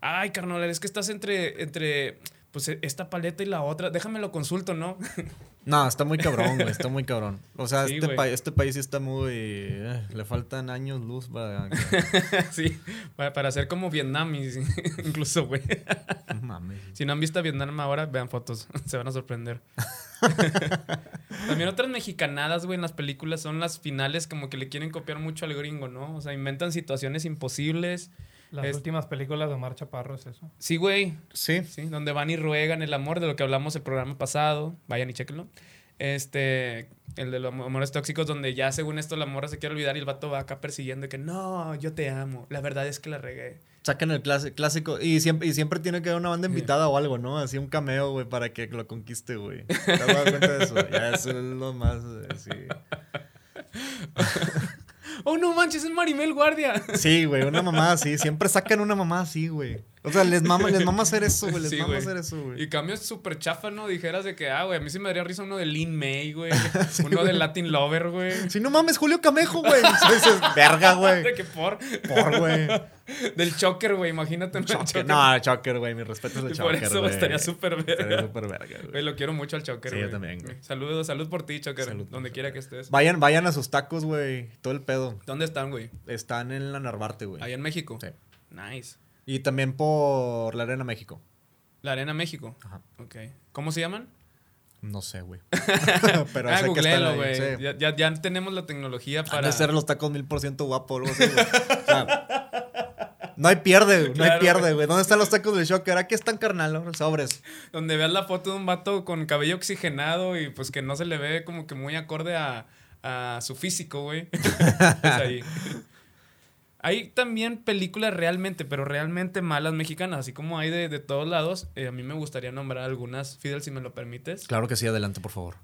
C: ay, carnal, es que estás entre, entre, pues, e- esta paleta y la otra. Déjame lo consulto, ¿no?
D: No, está muy cabrón, güey. Está muy cabrón. O sea,
C: Sí,
D: este,
C: güey.
D: pa- este país sí está muy. eh, le faltan años luz para.
C: sí, para, para hacer como Vietnam, y- incluso, güey.
D: No Mames.
C: Si no han visto Vietnam ahora, vean fotos, se van a sorprender. También otras mexicanadas, güey, en las películas son las finales como que le quieren copiar mucho al gringo, ¿no? O sea, inventan situaciones imposibles.
E: Las
C: Es-
E: últimas películas de Omar Chaparro es eso.
C: Sí, güey.
D: Sí.
C: Sí, donde van y ruegan el amor, de lo que hablamos el programa pasado. Vayan y chequenlo. Este, el de los amores tóxicos, donde ya según esto la morra se quiere olvidar y el vato va acá persiguiendo que no, yo te amo. La verdad es que la regué.
D: Sacan el clase- clásico. Y siempre, y siempre tiene que haber una banda invitada o algo, ¿no? Así un cameo, güey, para que lo conquiste, güey. ¿Te has dado cuenta de eso? Ya eso es lo más. eh, Sí,
C: Oh, no manches, es Marimel Guardia.
D: Sí, güey, una mamá así. Siempre sacan una mamá así, güey. O sea, les mama, les mama hacer eso, güey. Les
C: Sí,
D: mama
C: güey.
D: hacer eso, güey.
C: Y cambios súper chafa, ¿no? Dijeras de que, ah, güey, a mí sí me daría risa uno de Lin May, güey. uno de Latin Lover, güey.
D: Si no mames, Julio Camejo, güey. Dices, verga,
C: De
D: güey.
C: que por.
D: Por, güey.
C: Del Choker, güey. Imagínate un Choker.
D: No, Choker, güey. Mi respeto es el
C: Por
D: Choker.
C: eso
D: güey.
C: estaría súper verga.
D: Estaría súper verga, güey.
C: Güey, lo quiero mucho al Choker,
D: Sí,
C: güey.
D: yo también, güey.
C: Saludos, salud por ti, Choker.
D: Salud por
C: donde
D: ti,
C: quiera que estés.
D: Vayan, vayan a sus tacos, güey. Todo el pedo.
C: ¿Dónde están, güey?
D: Están en la Narvarte, güey.
C: Allá en México.
D: Sí.
C: Nice.
D: Y también por la Arena México.
C: La Arena México.
D: Ajá.
C: Ok. ¿Cómo se llaman?
D: No sé, güey. Pero
C: ah,
D: sé que están
C: googlealo,
D: ahí,
C: güey.
D: sí.
C: Ya, ya, ya tenemos la tecnología
D: Han
C: para.
D: de ser los tacos mil por ciento guapo o algo así, güey. O sea, no hay pierde, güey. No hay
C: Claro,
D: pierde,
C: güey.
D: güey. ¿Dónde están los tacos del Shocker? Aquí están, carnal. los Sobres.
C: Donde veas la foto de un vato con cabello oxigenado y pues que no se le ve como que muy acorde a, a su físico, güey. es ahí. Hay también películas realmente, pero realmente malas mexicanas, así como hay de, de todos lados. Eh, a mí me gustaría nombrar algunas, Fidel, si me lo permites.
A: Claro que sí, adelante, por favor.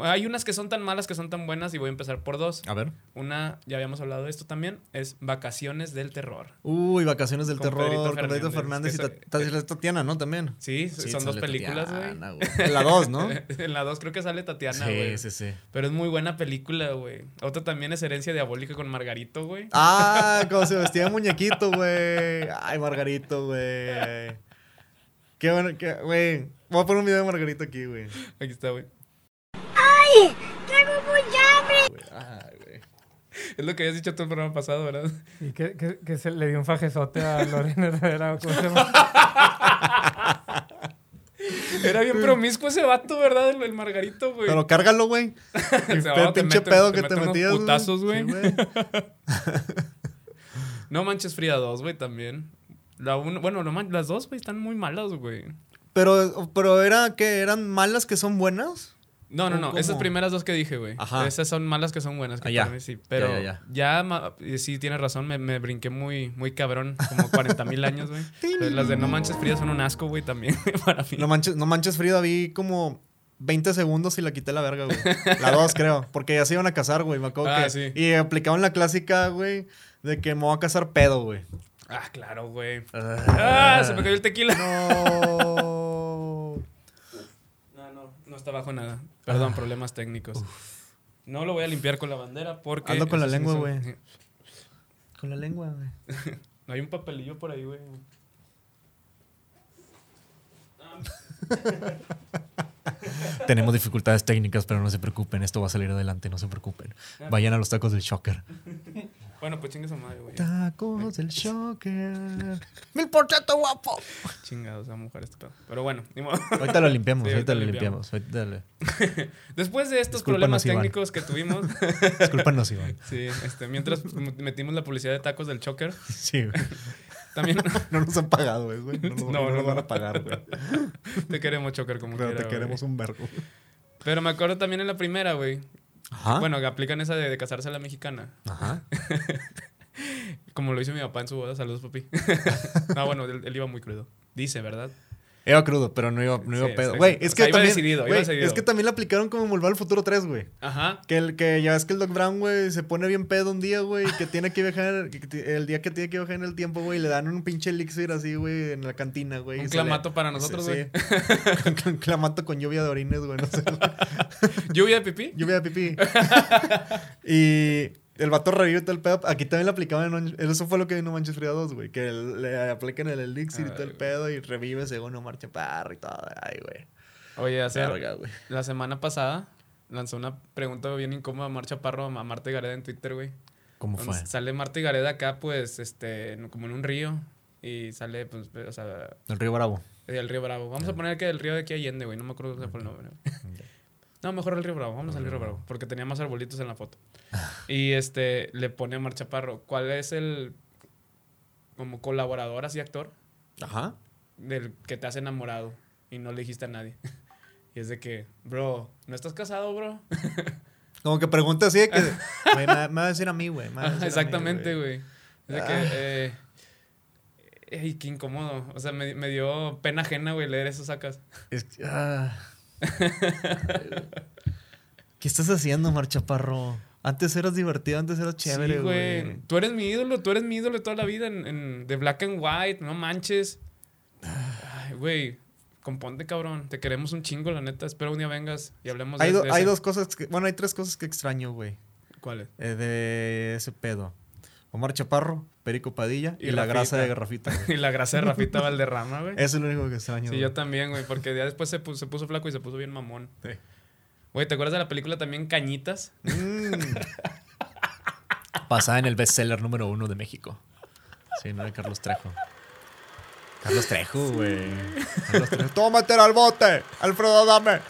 C: Hay unas que son tan malas que son tan buenas y voy a empezar por dos.
A: A ver.
C: Una, ya habíamos hablado de esto también, es Vacaciones del Terror.
D: Uy, vacaciones del
C: Con
D: terror.
C: Pedrito
D: con Pedrito
C: Fernández,
D: Fernández,
C: que
D: y Ta- Ta- Tatiana, ¿no? También.
C: Sí,
A: Sí,
C: son dos
A: sale
C: películas,
A: Tatiana,
C: güey.
A: güey.
D: La dos, ¿no?
C: en la dos creo que sale Tatiana, güey.
A: sí, sí, sí.
C: Pero es muy buena película, güey. Otra también es Herencia Diabólica con Margarito, güey.
D: Ah, como se vestía de muñequito, güey. Ay, Margarito, güey. Qué bueno, qué, güey. Voy a poner un video de Margarito aquí, güey.
C: Aquí está, güey.
D: Güey, Ay, güey.
C: Es lo que habías dicho tú el programa pasado, ¿verdad?
E: Y que, que, que se le dio un fajezote a Lorena Herrera. o ¿Cómo se llama?
C: Era bien promiscuo ese vato, ¿verdad? El, el Margarito, güey.
D: Pero cárgalo, güey.
C: Se
D: Pe-
C: va, te
D: pinche
C: mete-
D: pedo
C: te
D: que
C: mete
D: te
C: unos
D: metías.
C: putazos, güey.
D: Sí, güey.
C: No manches Frida 2, güey, también. La uno, bueno, no man- las dos, güey, están muy malas, güey.
D: Pero, pero era que eran malas que son buenas.
C: No, no, no.
D: ¿Cómo?
C: Esas primeras dos que dije, güey.
D: Ajá.
C: Esas son malas que son buenas. Que
A: Ah, ya.
C: para mí sí. Pero
A: Ya,
C: ya,
A: ya,
C: ma- eh, sí tienes razón. Me, me brinqué muy, muy cabrón. Como 40 mil años, güey. Pero Las de No Manches Frías son un asco, güey, también. para mí.
D: No manches, no manches Frida, vi como 20 segundos y la quité la verga, güey. La dos, creo. Porque ya se iban a casar, güey. Me acuerdo
C: Ah,
D: que.
C: sí.
D: Y aplicaron la clásica, güey, de que me voy a casar pedo, güey.
C: Ah, claro, güey. Ah, se me cayó el tequila.
D: No.
C: No, no, no está bajo nada. Perdón, problemas técnicos. No lo voy a limpiar con la bandera porque.
D: Hazlo con la
C: eso sí
D: lengua,
C: son-
D: güey. Con la lengua, güey.
C: Hay un papelillo por ahí, güey.
A: Tenemos dificultades técnicas, pero no se preocupen. Esto va a salir adelante, no se preocupen. Vayan a los tacos del Shocker.
C: Bueno, pues chingue su madre, güey.
D: Tacos del Shocker. Mil por ciento guapo.
C: Chingados, a mujer este pedo. Pero bueno, ni modo.
A: Ahorita lo limpiamos,
C: Sí,
A: ahorita,
C: ahorita
A: lo
C: lo
A: limpiamos. ahorita le-
C: Después de estos
A: Discúlpanos,
C: problemas
A: Iván.
C: técnicos que tuvimos,
A: Discúlpanos, Iván.
C: sí, este, mientras metimos la publicidad de tacos del Choker,
A: Sí, güey.
C: también
D: No nos han pagado, güey, güey. No, nos-
C: No,
D: no
C: no,
D: nos van
C: no.
D: a pagar, güey.
C: te queremos Choker como
D: Pero
C: quiera,
D: te
C: güey.
D: queremos un vergo.
C: Pero me acuerdo también en la primera, güey.
D: ¿Ah?
A: Ajá.
C: Bueno, que aplican esa de, de casarse a la mexicana.
A: Ajá.
C: Como lo hizo mi papá en su boda. Saludos, papi. no, bueno, él, él iba muy crudo. Dice, ¿verdad?
D: Iba crudo, pero no iba, no iba
C: Sí,
D: pedo.
C: sí.
D: Güey, es
C: O
D: que
C: sea, iba
D: también.
C: decidido, iba
D: güey,
C: decidido.
D: Es que también la aplicaron como en Volver al Futuro 3, güey.
C: Ajá.
D: Que, el, que ya ves que el Doc Brown, güey, se pone bien pedo un día, güey, y que tiene que viajar, que ti- el día que tiene que viajar en el tiempo, güey, le dan un pinche elixir así, güey, en la cantina, güey.
C: Un
D: y se le-
C: clamato para nosotros,
D: sí,
C: güey.
D: sí. Un clamato con lluvia de orines, güey, no sé.
C: ¿Lluvia de pipí?
D: Lluvia de pipí. y el vato revive todo el pedo. Aquí también le aplicaban. en Orange- Eso fue lo que vino Manches Fría 2, güey. Que el- le aplican el elixir y todo el
C: Ay, güey.
D: pedo y revive según Omar Chaparro y todo. Ay, güey.
C: Oye, hacer,
D: Verga, güey.
C: la semana pasada lanzó una pregunta bien incómoda a Marcha Parro, a Marte Gareda en Twitter, güey.
A: ¿Cómo fue?
C: Donde Sale Marta y Gareda acá, pues, este, en- como en un río. Y sale, pues, o sea,
A: El Río Bravo.
C: el río Bravo. Vamos a poner que el río de aquí Allende, güey. No me acuerdo cuál fue el nombre. No, mejor el río Bravo. Vamos al río Bravo. Porque tenía más arbolitos en la foto. Y este, le pone a Marcha Parro. ¿Cuál es el, como colaborador así actor,
D: Ajá.
C: del que te has enamorado y no le dijiste a nadie? Y es de que, bro, ¿no estás casado, bro?
D: Como que pregunta así de que. güey, me, me va a decir a mí, güey. me va a decir a mí,
C: Exactamente, güey. Es de que. Eh, ey, qué incómodo. O sea, me, me dio pena ajena, güey, leer eso sacas.
D: Es que- ah. Ay, güey. ¿Qué estás haciendo, Omar Chaparro? Antes eras divertido, antes eras chévere,
C: Sí,
D: güey.
C: Tú eres mi ídolo, tú eres mi ídolo de toda la vida en, en- de Black and White, no manches. güey, componte, cabrón. Te queremos un chingo, la neta. Espero un día vengas y hablemos
D: Hay,
C: de,
D: do-
C: de
D: hay
C: ese-
D: dos cosas, que- bueno, hay tres cosas que extraño, güey,
C: ¿Cuáles?
D: eh, de ese pedo. Omar Chaparro, Perico Padilla y,
C: Y
D: la
C: Rafita.
D: grasa de Garrafita. güey.
C: y la grasa de Rafita Valderrama, güey.
D: es lo único que extraño.
C: Sí,
D: güey.
C: yo también, güey, porque ya después se puso, se puso flaco y se puso bien mamón. Güey, ¿te acuerdas de la película también Cañitas?
D: Mm,
A: Pasada en el bestseller número uno de México. Sí, no de Carlos Trejo. Carlos Trejo, güey. Carlos Trejo.
D: Todo meter al bote, Alfredo, dame.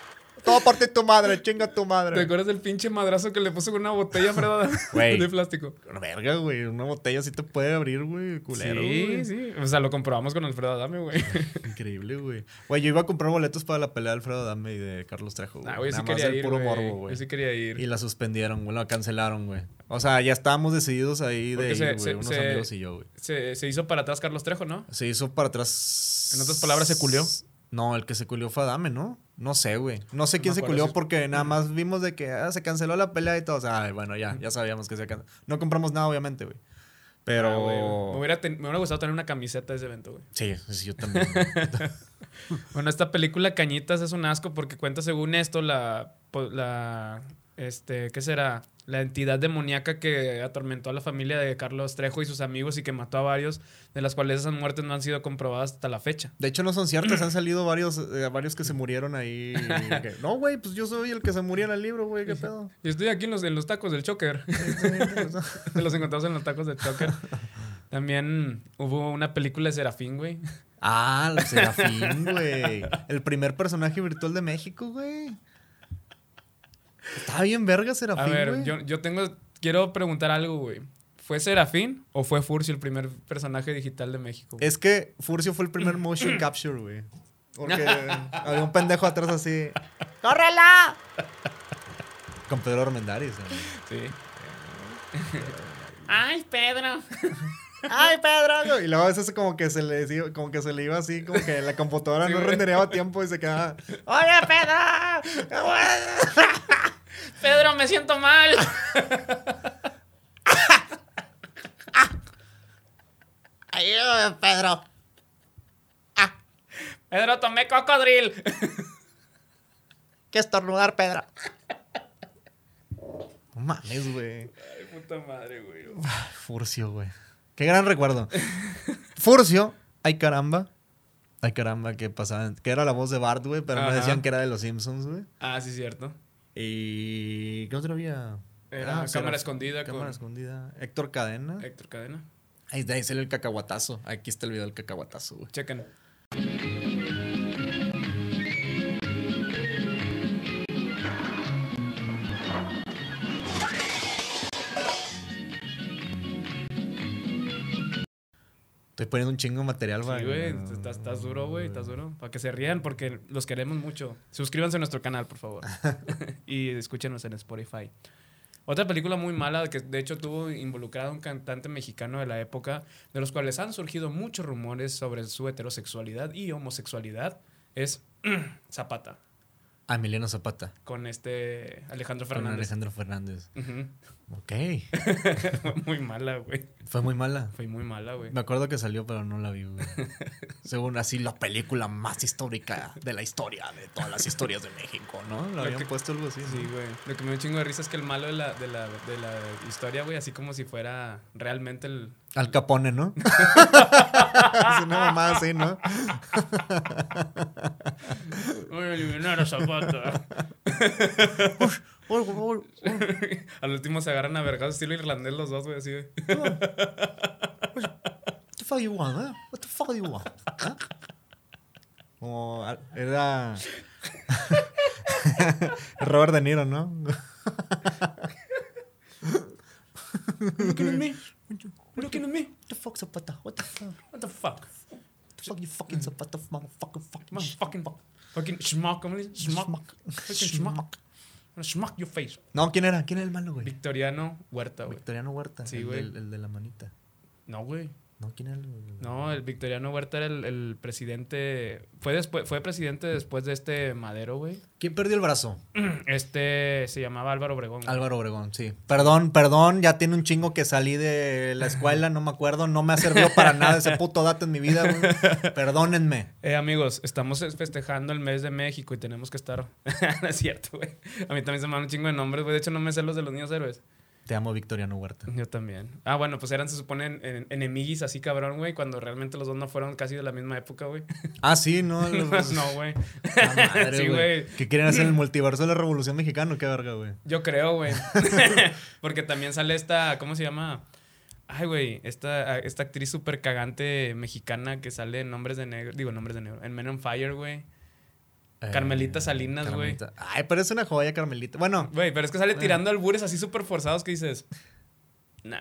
D: Todo por ti tu madre, chinga tu
C: ¿Te
D: madre.
C: acuerdas del pinche madrazo que le puso con una botella, verdad?
A: Güey.
C: De plástico.
D: Verga, güey, una botella sí te puede abrir, güey, culero.
C: sí,
D: güey.
C: sí. O sea, lo comprobamos con Alfredo Adame, güey.
D: Increíble, güey. Güey, yo iba a comprar boletos para la pelea de Alfredo Dame y de Carlos Trejo.
C: Ah, güey, yo sí
D: Nada más
C: quería
D: el
C: ir.
D: puro
C: güey.
D: morbo, güey.
C: Yo sí quería ir.
D: Y la suspendieron, güey, la cancelaron, güey. O sea, ya estábamos decididos ahí de
C: Porque
D: ir,
C: se-
D: güey,
C: se-
D: unos
C: se-
D: amigos y yo, güey.
C: Se, se hizo para atrás Carlos Trejo, ¿no?
D: Se hizo para atrás.
C: En otras palabras, ¿se culió?
D: No, el que se culió fue Adame, ¿no? No sé, güey. No sé
C: No
D: quién
C: me
D: se
C: acuerdo
D: culió
C: si-
D: porque nada más vimos de que ah, se canceló la pelea y todo. O sea, ay, bueno, ya, ya sabíamos que se canceló. No compramos nada, obviamente, güey. Pero.
C: Ah, güey, güey. me, hubiera ten- me hubiera gustado tener una camiseta de ese evento, güey.
A: Sí, sí, yo también. güey.
C: Bueno, esta película Cañitas es un asco porque cuenta según esto la, po- la este, ¿qué será? La entidad demoníaca que atormentó a la familia de Carlos Trejo y sus amigos y que mató a varios, de las cuales esas muertes no han sido comprobadas hasta la fecha.
D: De hecho, no son ciertas. Han salido varios, eh, varios que se murieron ahí. Que, no, güey, pues yo soy el que se murió en el libro, güey. ¿Qué pedo?
C: Yo estoy aquí en los, en los tacos del Choker. Te los encontramos en los tacos del Choker. También hubo una película de Serafín, güey.
D: Ah, el Serafín, güey. El primer personaje virtual de México, güey. Está bien verga
C: A
D: Serafín,
C: ver,
D: güey.
C: yo, yo tengo, quiero preguntar algo, güey. ¿Fue Serafín o fue Furcio el primer personaje digital de México? güey?
D: Es que Furcio fue el primer motion capture, güey. Porque había un pendejo atrás así.
B: ¡Córrela!
D: Con Pedro Armendáriz. güey.
C: Sí.
B: ¡Ay, Pedro!
D: ¡Ay, Pedro! Y luego a veces como que se le iba, como que se le iba así, como que la computadora no rendereaba a tiempo y se quedaba.
B: ¡Oye, Pedro! Pedro, me siento mal. Ayúdame, Pedro.
C: Pedro, tomé cocodril.
B: ¿Qué estornudar, Pedro?
D: No mames, güey.
C: Ay, puta madre, güey.
D: Furcio, güey. Qué gran recuerdo. Furcio, ay caramba. Ay caramba, que pasaban. Que era la voz de Bart, güey, pero
C: Ajá.
D: me decían que era de los Simpsons, güey.
C: Ah, sí, cierto.
D: Y. ¿Qué otro había?
C: Era
D: Ah,
C: cámara
D: Seraf-
C: escondida
D: Cámara
C: con
D: escondida. Héctor Cadena.
C: Héctor Cadena.
D: Ahí, de ahí sale el cacahuatazo. Aquí está el video del cacahuatazo, güey.
C: Chequen.
D: Estoy poniendo un chingo de material,
C: Sí, güey. Estás, estás duro, güey. Estás duro. Para que se rían porque los queremos mucho. Suscríbanse a nuestro canal, por favor. y escúchenos en Spotify. Otra película muy mala que de hecho tuvo involucrado a un cantante mexicano de la época, de los cuales han surgido muchos rumores sobre su heterosexualidad y homosexualidad, es Zapata,
A: A Emiliano Zapata.
C: con este Alejandro
A: Con
C: Fernández.
A: Alejandro Fernández.
C: Ujú.
A: Ok.
C: Fue muy mala, güey.
A: Fue muy mala.
C: Fue muy mala, güey.
A: Me acuerdo que salió, pero no la vi, güey. Según así, la película más histórica de la historia, de todas las historias de México, ¿no?
D: Le
A: La-
D: habían
C: que-
D: puesto algo así.
C: Sí, güey. Lo que me dio un chingo de risa es que el malo de la, de la, de la historia, güey, así como si fuera realmente el.
D: Al Capone, ¿no? es una mamá así, ¿no?
C: Voy a eliminar a Zapata. Al último se agarran a vergados estilo irlandés los dos, güey, así, güey.
A: What the fuck you want, eh? What the fuck you want?
D: Como al- era. Robert De Niro, ¿no?
C: Looking at me. Looking at me.
A: What the fuck, Zapata? What the fuck? What
C: What the fuck?
A: the fuck you fucking Zapata? Motherfucking fucking shit.
C: Motherfucking Fucking schmuck. ¿Cómo le dicen? Schmuck.
A: Schmuck.
C: Fucking schmuck. Schmuck your face.
D: No, ¿quién era? ¿Quién era el malo, güey?
C: Victoriano Huerta, güey.
D: Victoriano Huerta.
C: Sí,
D: el
C: güey.
D: del- El, de la manita.
C: No, güey.
D: No, ¿quién era el-
C: No, el Victoriano Huerta era el, el presidente. Fue, después, fue presidente después de este Madero, güey.
D: ¿Quién perdió el brazo?
C: Este se llamaba Álvaro Obregón. güey.
D: Álvaro Obregón, sí. Perdón, perdón, ya tiene un chingo que salí de la escuela, no me acuerdo, no me ha servido para nada ese puto dato en mi vida, güey. Perdónenme.
C: Eh, amigos, estamos es- festejando el mes de México y tenemos que estar. no es cierto, güey. A mí también se me dan un chingo de nombres, güey. De hecho, no me sé los de los niños héroes.
D: Te amo, Victoriano Huerta.
C: Yo también. Ah, bueno, pues eran, se suponen, en- enemiguis así cabrón, güey, cuando realmente los dos no fueron casi de la misma época, güey.
D: Ah, sí, no. los-
C: no, güey.
D: La madre,
C: Sí,
D: güey.
C: güey.
D: ¿Qué quieren hacer en el multiverso de la Revolución Mexicana? Qué verga, güey.
C: Yo creo, güey. Porque también sale esta, ¿cómo se llama? Ay, güey, esta, esta actriz súper cagante mexicana que sale en Nombres de Negro, digo, Nombres de Negro, en Men on Fire, güey. Carmelita Salinas, güey.
D: Eh, Carmelita. Ay, pero es una joya, Carmelita. Bueno,
C: Güey, pero es que sale tirando albures así súper forzados que dices, nah.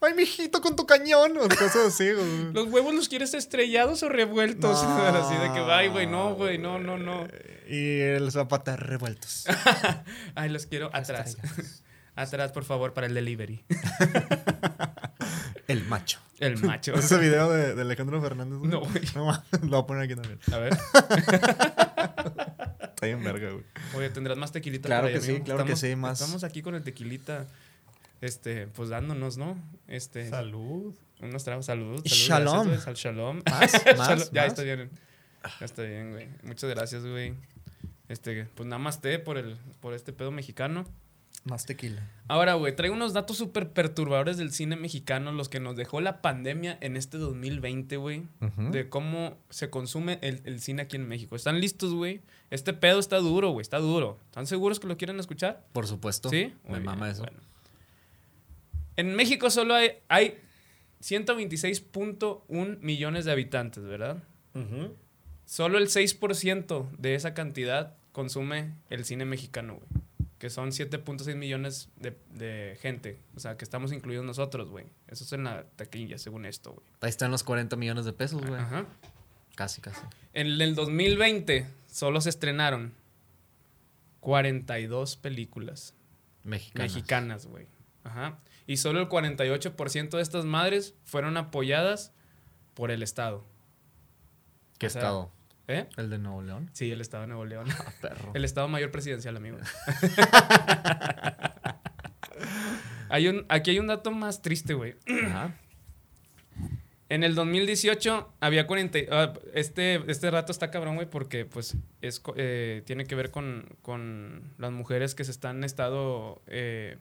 D: ay, mijito, con tu cañón. O cosas así, güey.
C: ¿Los huevos los quieres estrellados o revueltos?
D: No,
C: así de que, ay, güey, no, güey, no, no, no.
D: Y el zapata revueltos.
C: Ay, los quiero atrás. atrás, por favor, para el delivery.
D: El macho.
C: El macho.
D: ¿Es ese video de, de Alejandro Fernández?
C: No, güey.
D: No, mames, lo voy a poner aquí también.
C: A ver.
D: Está bien verga, güey.
C: Oye, tendrás más tequilita.
D: Claro
C: por ahí,
D: que sí,
C: amigo?
D: claro que
C: Estamos-
D: sí, más.
C: Estamos aquí con el tequilita, este, pues dándonos, ¿no? Este,
E: Salud.
C: unos tragos, salud. salud
D: Shalom.
C: gracias, güey, sal- shalom.
D: Más, más,
C: ya
D: más.
C: está bien, ya está bien, güey. Muchas gracias, güey. Este, pues namaste por el, por este pedo mexicano.
D: Más tequila.
C: Ahora, güey, traigo unos datos súper perturbadores del cine mexicano, los que nos dejó la pandemia en este 2020, güey,
D: Ujú.
C: de cómo se consume el, el cine aquí en México. ¿Están listos, güey? Este pedo está duro, güey, está duro. ¿Están seguros que lo quieren escuchar?
A: Por supuesto.
C: Sí.
A: Me
C: Muy
A: mama
C: bien,
A: eso.
C: bueno. En México solo hay, hay 126.1 millones de habitantes, ¿verdad? Solo el 6% de esa cantidad consume el cine mexicano, güey. Que son 7.6 millones de, de gente. O sea, que estamos incluidos nosotros, güey. Eso es en la taquilla, según esto, güey.
A: Ahí están los 40 millones de pesos, güey.
C: Ajá.
A: Casi, casi.
C: En el 2020 solo se estrenaron 42 películas
A: Mexicanos.
C: mexicanas, güey. Ajá. Y solo el 48% de estas madres fueron apoyadas por el Estado.
A: ¿Qué
C: O sea-
A: estado?
C: ¿Eh?
A: ¿El de Nuevo León?
C: Sí, el Estado de Nuevo León.
A: Ah, perro.
C: El Estado Mayor Presidencial, amigo. hay un, aquí hay un dato más triste, güey.
A: Ajá.
C: En el 2018 había 40... y- ah, este, este rato está cabrón, güey, porque pues es, co- eh, tiene que ver con, con las mujeres que se están estado eh,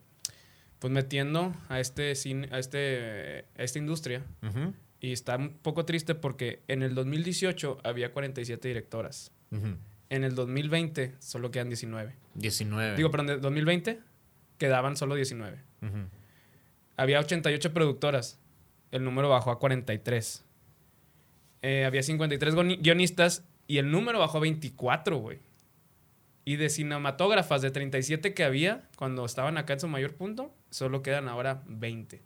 C: pues metiendo a, este cine, a, este, a esta industria.
A: Ujú,
C: Y está un poco triste porque en el 2018 había 47 directoras.
A: ujú.
C: En el 2020 solo quedan 19.
D: Eh.
A: 19.
C: Digo, perdón, de 2020 quedaban solo 19.
A: Ujú.
C: Había 88 productoras. El número bajó a 43. Eh, había 53 goni- guionistas y el número bajó a 24, güey. Y de cinematógrafas de 37 que había cuando estaban acá en su mayor punto, solo quedan ahora 20.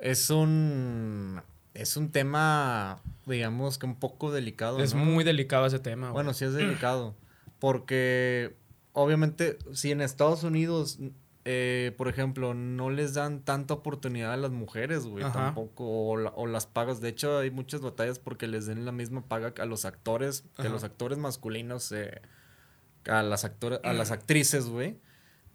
D: Es un. Es un tema, digamos que un poco delicado.
C: es
D: Ah, ¿no?
C: muy delicado ese tema, güey.
D: Bueno, sí es delicado. Porque, obviamente, si en Estados Unidos, eh, por ejemplo, no les dan tanta oportunidad a las mujeres, güey,
C: Ajá.
D: tampoco, o, la- o las pagas. De hecho, hay muchas batallas porque les den la misma paga a los actores, que
C: Ajá.
D: los actores masculinos, eh, a, las actores, a las actrices, güey.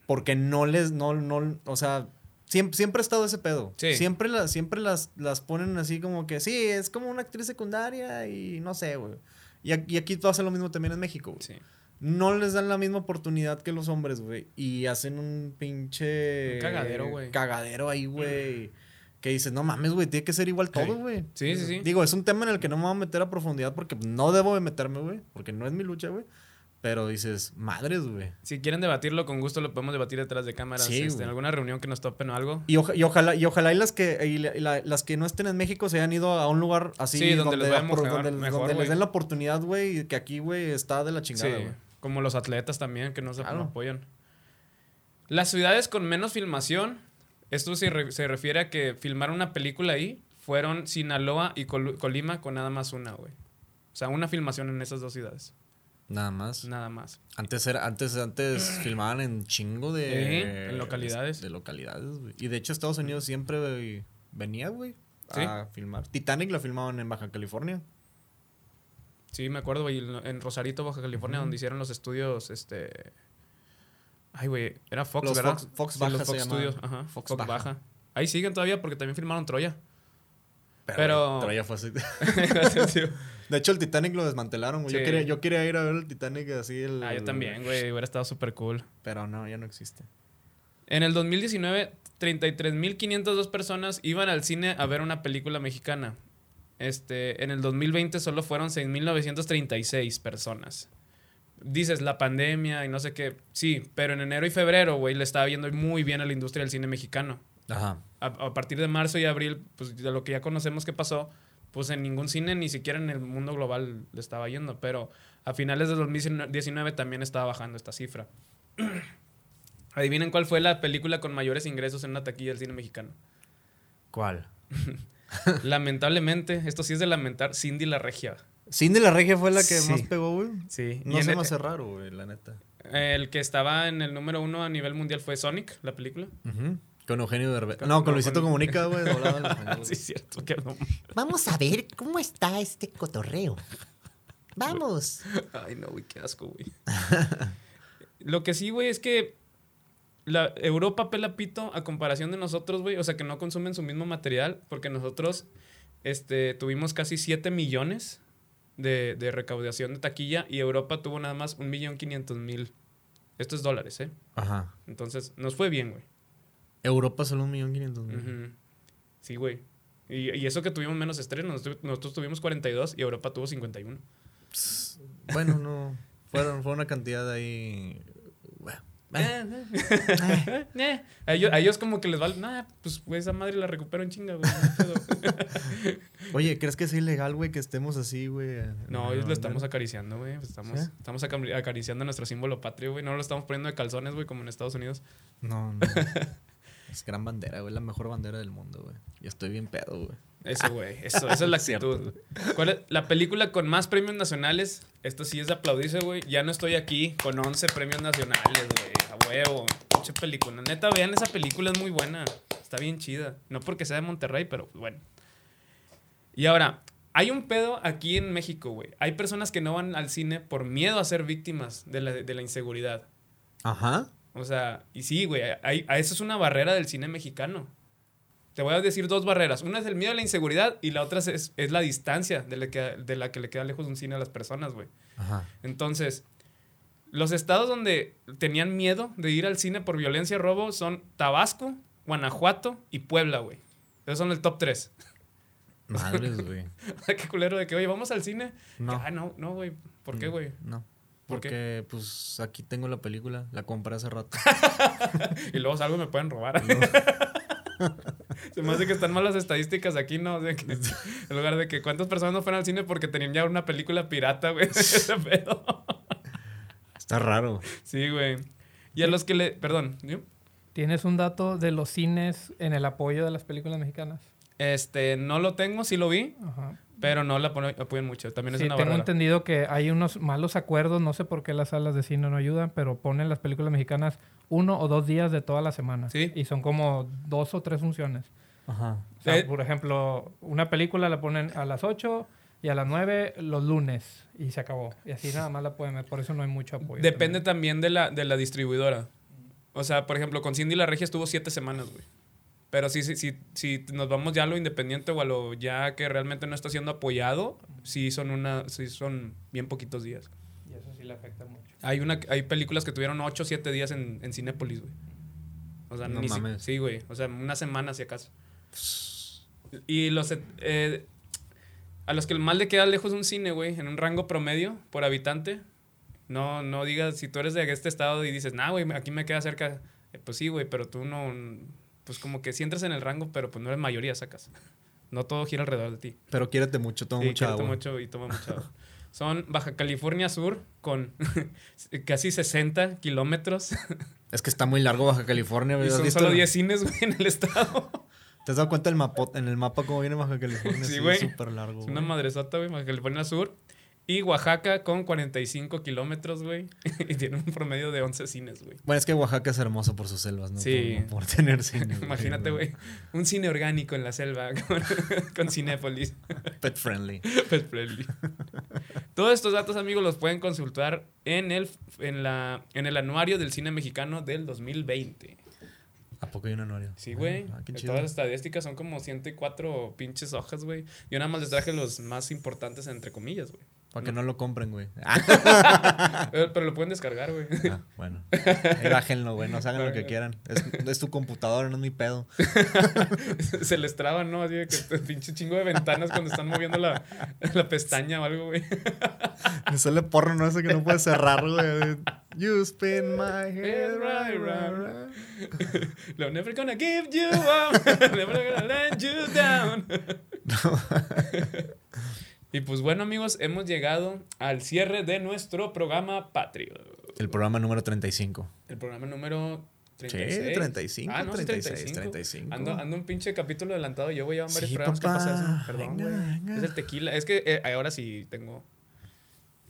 D: Porque no les, no, no, o sea, siempre, siempre ha estado ese pedo.
C: Sí.
D: Siempre, la- siempre las, las ponen así como que, sí, es como una actriz secundaria y no sé, güey. Y, ac- y aquí pasa lo mismo también en México. güey.
C: Sí.
D: No les dan la misma oportunidad que los hombres, güey. Y hacen un pinche...
C: Un cagadero, güey.
D: Cagadero ahí, güey. Que dices, no mames, güey, tiene que ser igual todo,
C: Sí.
D: güey.
C: Sí, sí, sí.
D: Digo, es un tema en el que no me voy a meter a profundidad porque no debo de meterme, güey. Porque no es mi lucha, güey. Pero dices, madres, güey.
C: Si quieren debatirlo, con gusto lo podemos debatir detrás de cámaras.
D: Sí,
C: este,
D: güey.
C: en alguna reunión que nos topen o algo.
D: Y, oja- y ojalá, y ojalá y las que y la- y la- las que no estén en México se hayan ido a un lugar así
C: Sí, donde les vayan
D: por-
C: mejor-
D: donde-
C: mejor,
D: donde les
C: güey.
D: den la oportunidad, güey, y que aquí, güey, está de la chingada,
C: Sí,
D: güey.
C: como los atletas también que no se
D: Claro.
C: apoyan. Las ciudades con menos filmación, esto se, re- se refiere a que filmar una película ahí fueron Sinaloa y Col- Colima con nada más una, güey. O sea, una filmación en esas dos ciudades,
A: Nada más.
C: nada más.
A: Antes era, antes, antes filmaban en chingo de.
C: Ejé, en localidades.
A: De localidades, güey.
D: Y de hecho Estados Unidos siempre güey, venía, güey,
C: Sí.
D: a filmar. Titanic la filmaban en Baja California.
C: Sí, me acuerdo, güey, en- en Rosarito, Baja California, donde hicieron los estudios, este... Ay, güey, era Fox,
D: Los
C: ¿verdad?
D: Fox- Fox
C: Sí,
D: Baja
C: los
D: se
C: Fox
D: llamaban.
C: Studios, ajá,
D: Fox
C: Fox,
D: Baja.
C: Baja. Ahí siguen todavía porque también filmaron Troya. Pero-
D: Pero ya fue así.
C: Sí.
D: De hecho, el Titanic lo desmantelaron, güey. Yo,
C: Sí.
D: quería, yo quería ir a ver el Titanic así. El,
C: ah, yo también, güey, hubiera estado súper cool.
D: Pero no, ya no existe.
C: En el 2019, 33.502 personas iban al cine a ver una película mexicana. Este, en el 2020 solo fueron 6.936 personas. Dices la pandemia y no sé qué. Sí, pero en enero y febrero, güey, le estaba viendo muy bien a la industria del cine mexicano.
A: Ajá.
C: A, a partir de marzo y abril, pues de lo que ya conocemos que pasó, pues en ningún cine, ni siquiera en el mundo global le estaba yendo. Pero a finales de 2019 también estaba bajando esta cifra. Adivinen cuál fue la película con mayores ingresos en una taquilla del cine mexicano.
A: ¿Cuál?
C: Lamentablemente, esto sí es de lamentar, Cindy la Regia.
D: Cindy la Regia fue la que
C: Sí.
D: más pegó, güey.
C: Sí,
D: No
C: y
D: se
C: en
D: me
C: el,
D: hace raro, güey, la neta.
C: el que estaba en el número uno a nivel mundial fue Sonic, la película.
A: Con Eugenio Derbez.
D: No, con
C: no,
D: Luisito
C: con-
D: Comunica, güey. de volada la
C: Ah,
D: fregó,
C: sí, es cierto. que no.
B: Vamos a ver cómo está este cotorreo. Vamos.
C: Ay, no, güey, qué asco, güey. Lo que sí, güey, es que la Europa pela pito a comparación de nosotros, güey. O sea, que no consumen su mismo material, porque nosotros este, tuvimos casi 7 millones de, de recaudación de taquilla y Europa tuvo nada más 1.500.000. Esto es dólares, ¿eh?
A: Ajá.
C: Entonces, nos fue bien, güey.
D: Europa solo un millón quinientos mil.
C: Ujú. Sí, güey. Y, y eso que tuvimos menos estrenos. Nosotros- Nosotros tuvimos 42 y Europa tuvo 51.
D: Bueno, no. Fueron, fue una cantidad ahí. bueno,
C: Eh, A ellos, a ellos como que les vale, nada, pues güey, esa madre la recupero en chinga, güey. no hay pedo".
D: Oye, ¿crees que es ilegal, güey, que estemos así, güey? en
C: No,
D: la
C: ellos lo
D: bandera?
C: estamos acariciando, güey. pues, Estamos,
D: ¿Sí?
C: estamos acam- acariciando nuestro símbolo patrio, güey. No lo estamos poniendo de calzones, güey, como en Estados Unidos.
D: No, no. Es gran bandera, güey. La mejor bandera del mundo, güey. Yo estoy bien pedo, güey.
C: Eso, güey. Eso, esa es la actitud. ¿Cuál es la película con más premios nacionales? Esto sí es de aplaudirse, güey. Ya no estoy aquí con 11 premios nacionales, güey. A huevo. Mucha película. Neta, vean esa película, es muy buena. Está bien chida. No porque sea de Monterrey, pero bueno. Y ahora, hay un pedo aquí en México, güey. Hay personas que no van al cine por miedo a ser víctimas de la, de la inseguridad.
D: Ajá.
C: O sea, y sí, güey, hay- a eso es una barrera del cine mexicano. Te voy a decir dos barreras. Una es el miedo a la inseguridad y la otra es, es la distancia de la, que, de la que le queda lejos un cine a las personas, güey.
A: Ajá.
C: Entonces, los estados donde tenían miedo de ir al cine por violencia y robo son Tabasco, Guanajuato y Puebla, güey. Esos son el top 3.
A: Madres, güey.
C: Qué culero de que, oye, vamos al cine.
D: No.
C: Ah, no, no, güey. ¿Por qué, güey?
D: No.
C: ¿Por
D: Porque, pues, aquí tengo la película. La compré hace rato.
C: Y luego salgo y me pueden robar. Se me hace que están malas estadísticas aquí, ¿no? O sea, que- en lugar de que cuántas personas no fueron al cine porque tenían ya una película pirata, güey. Ese pedo.
D: Está raro.
C: Sí, güey. Y a los que le... Perdón. ¿sí?
E: ¿Tienes un dato de los cines en el apoyo de las películas mexicanas?
C: Este, no lo tengo, sí lo vi,
E: Ajá.
C: pero no la pone- apoyan mucho. También es
E: Sí,
C: una
E: tengo
C: barrera.
E: entendido que hay unos malos acuerdos, no sé por qué las salas de cine no ayudan, pero ponen las películas mexicanas uno o dos días de toda la semana.
C: Sí.
E: Y son como dos o tres funciones.
D: Ajá.
E: O sea,
C: Eh.
E: Por ejemplo, una película la ponen a las 8 y a las 9 los lunes y se acabó. Y así nada más la pueden ver, por eso no hay mucho apoyo.
C: Depende también de la, de la distribuidora. O sea, por ejemplo, con Cindy La Regia estuvo siete semanas, güey. Pero si, si, si, si nos vamos ya a lo independiente o a lo ya que realmente no está siendo apoyado, sí son, una, sí son bien poquitos días.
E: Y eso sí le afecta mucho.
C: Hay, una, hay películas que tuvieron 8 o 7 días en, en Cinépolis, güey. O sea,
D: No
C: ni si-
D: mames.
C: sí, güey. O sea, una semana si acaso. Y los. eh, a los que más le queda lejos un cine, güey, en un rango promedio por habitante. No, no digas, si tú eres de este estado y dices, nah, güey, aquí me queda cerca. eh, pues sí, güey, pero tú no. Pues como que si entras en el rango, pero pues no eres mayoría, sacas. No todo gira alrededor de ti.
D: Pero quiérete mucho, toma
C: Sí,
D: mucha
C: quiero
D: agua.
C: tomar mucho y toma mucha agua. Son Baja California Sur con casi 60 kilómetros
D: Es que está muy largo Baja California,
C: y
D: güey. ¿Has
C: son
D: visto
C: solo
D: la-
C: 10 cines güey, en el estado.
D: ¿Te has dado cuenta el mapo- en el mapa cómo viene Baja California?
C: Sí,
D: Sí,
C: güey.
D: Es súper largo,
C: Es una
D: güey.
C: madresota, güey, Baja California Sur. Y Oaxaca con 45 kilómetros, güey. y tiene un promedio de 11 cines, güey.
D: Bueno, es que Oaxaca es hermoso por sus selvas, ¿no?
C: Sí.
D: Por, por tener cine.
C: Imagínate, güey. Un cine orgánico en la selva con, con Cinépolis.
D: Pet friendly.
C: Pet friendly. Todos estos datos, amigos, los pueden consultar en el, en, la, en el anuario del cine mexicano del 2020.
D: ¿A poco hay un anuario?
C: Sí, güey.
D: Ah, qué chido.
C: Todas las estadísticas son como 104 pinches hojas, güey. Yo nada más les traje los más importantes, entre comillas, güey.
D: Para que no lo compren, güey.
C: Eh, Pero lo pueden descargar, güey.
D: Ah, bueno. Ahí bájenlo, güey. No hagan lo que quieran. Es, es tu computadora, no es mi pedo.
C: Se les traba, ¿no? Así de que este pinche chingo de ventanas cuando están moviendo la, la pestaña o algo, güey.
D: Me sale porno, no sé que no puedes cerrar, güey. You spin my head right, right, right.
C: Lo never gonna give you up. Never gonna let you down. y pues bueno, amigos, hemos llegado al cierre de nuestro programa Patrio.
D: El programa número 35.
C: El programa número 36.
D: Sí, 35,
C: Ah,
D: 36, 35.
C: Ando, ando un pinche capítulo adelantado. Yo voy a varios
D: Sí,
C: programas
D: papá.
C: que pasa eso. Perdón,
D: Venga,
C: güey.
D: venga.
C: Es el tequila. Es que eh, ahora sí tengo.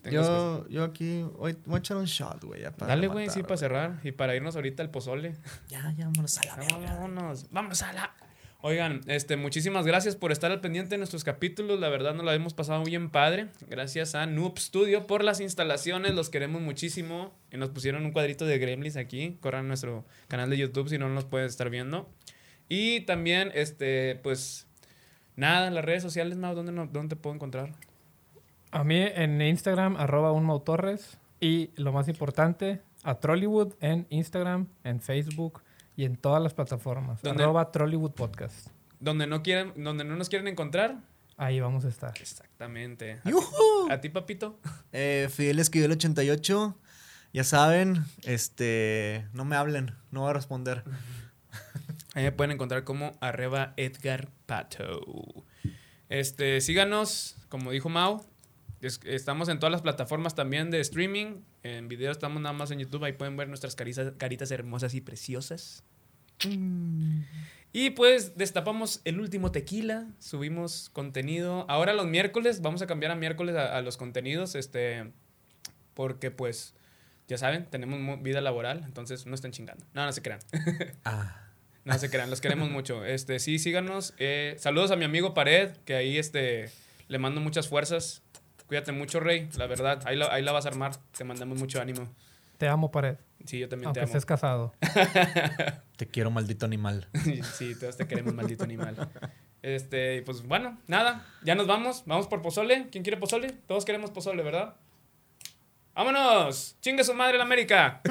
C: tengo esas-
D: Yo, yo aquí hoy voy a echar un shot, güey. ya para
C: Dale, güey,
D: rematar,
C: sí, para cerrar. Y para irnos ahorita al pozole.
D: Ya, ya, vámonos a la verga.
C: Vámonos, vamos a la. Oigan, este, muchísimas gracias por estar al pendiente de nuestros capítulos. La verdad, nos la hemos pasado bien padre. Gracias a Noob Studio por las instalaciones. Los queremos muchísimo. Y nos pusieron un cuadrito de Gremlins aquí. Corran nuestro canal de YouTube si no nos pueden estar viendo. Y también, este, pues, nada, en las redes sociales, Mau, ¿dónde, no- dónde te puedo encontrar?
E: A mí en Instagram, arroba un Mau Torres. Y lo más importante, a Trollywood en Instagram, en Facebook y en todas las plataformas.
C: ¿Dónde?
E: Arroba Trollywood Podcast.
C: Donde no, quieren, donde no nos quieren encontrar.
E: Ahí vamos a estar.
C: Exactamente. ¿A ti-
D: ¡Yujú!
C: ¿A ti, papito?
D: Eh, Fidel escribió el 88. Ya saben, este. No me hablen, no voy a responder.
C: Ahí me pueden encontrar como arreba Edgar Pato. Este, síganos, como dijo Mau. es- estamos en todas las plataformas también de streaming. En video estamos nada más en YouTube. Ahí pueden ver nuestras cariza- caritas hermosas y preciosas. Y pues destapamos el último tequila. Subimos contenido. Ahora los miércoles. Vamos a cambiar a miércoles a, a los contenidos. Este. Porque pues. Ya saben, tenemos mu- vida laboral, entonces no estén chingando. No, no se crean.
D: Ah,
C: No se crean, los queremos mucho. Este, sí, síganos. Eh, saludos a mi amigo Pared, que ahí este, le mando muchas fuerzas. Cuídate mucho, Rey. La verdad, ahí la, ahí la vas a armar. Te mandamos mucho ánimo.
E: Te amo, Pared.
C: Sí, yo también
E: Aunque
C: te amo.
E: estés casado.
D: te quiero, maldito animal.
C: sí, todos te queremos, maldito animal. Este, y pues bueno, nada. Ya nos vamos. Vamos por pozole. ¿Quién quiere pozole? Todos queremos pozole, ¿verdad? ¡Vámonos! ¡Chingue su madre la América!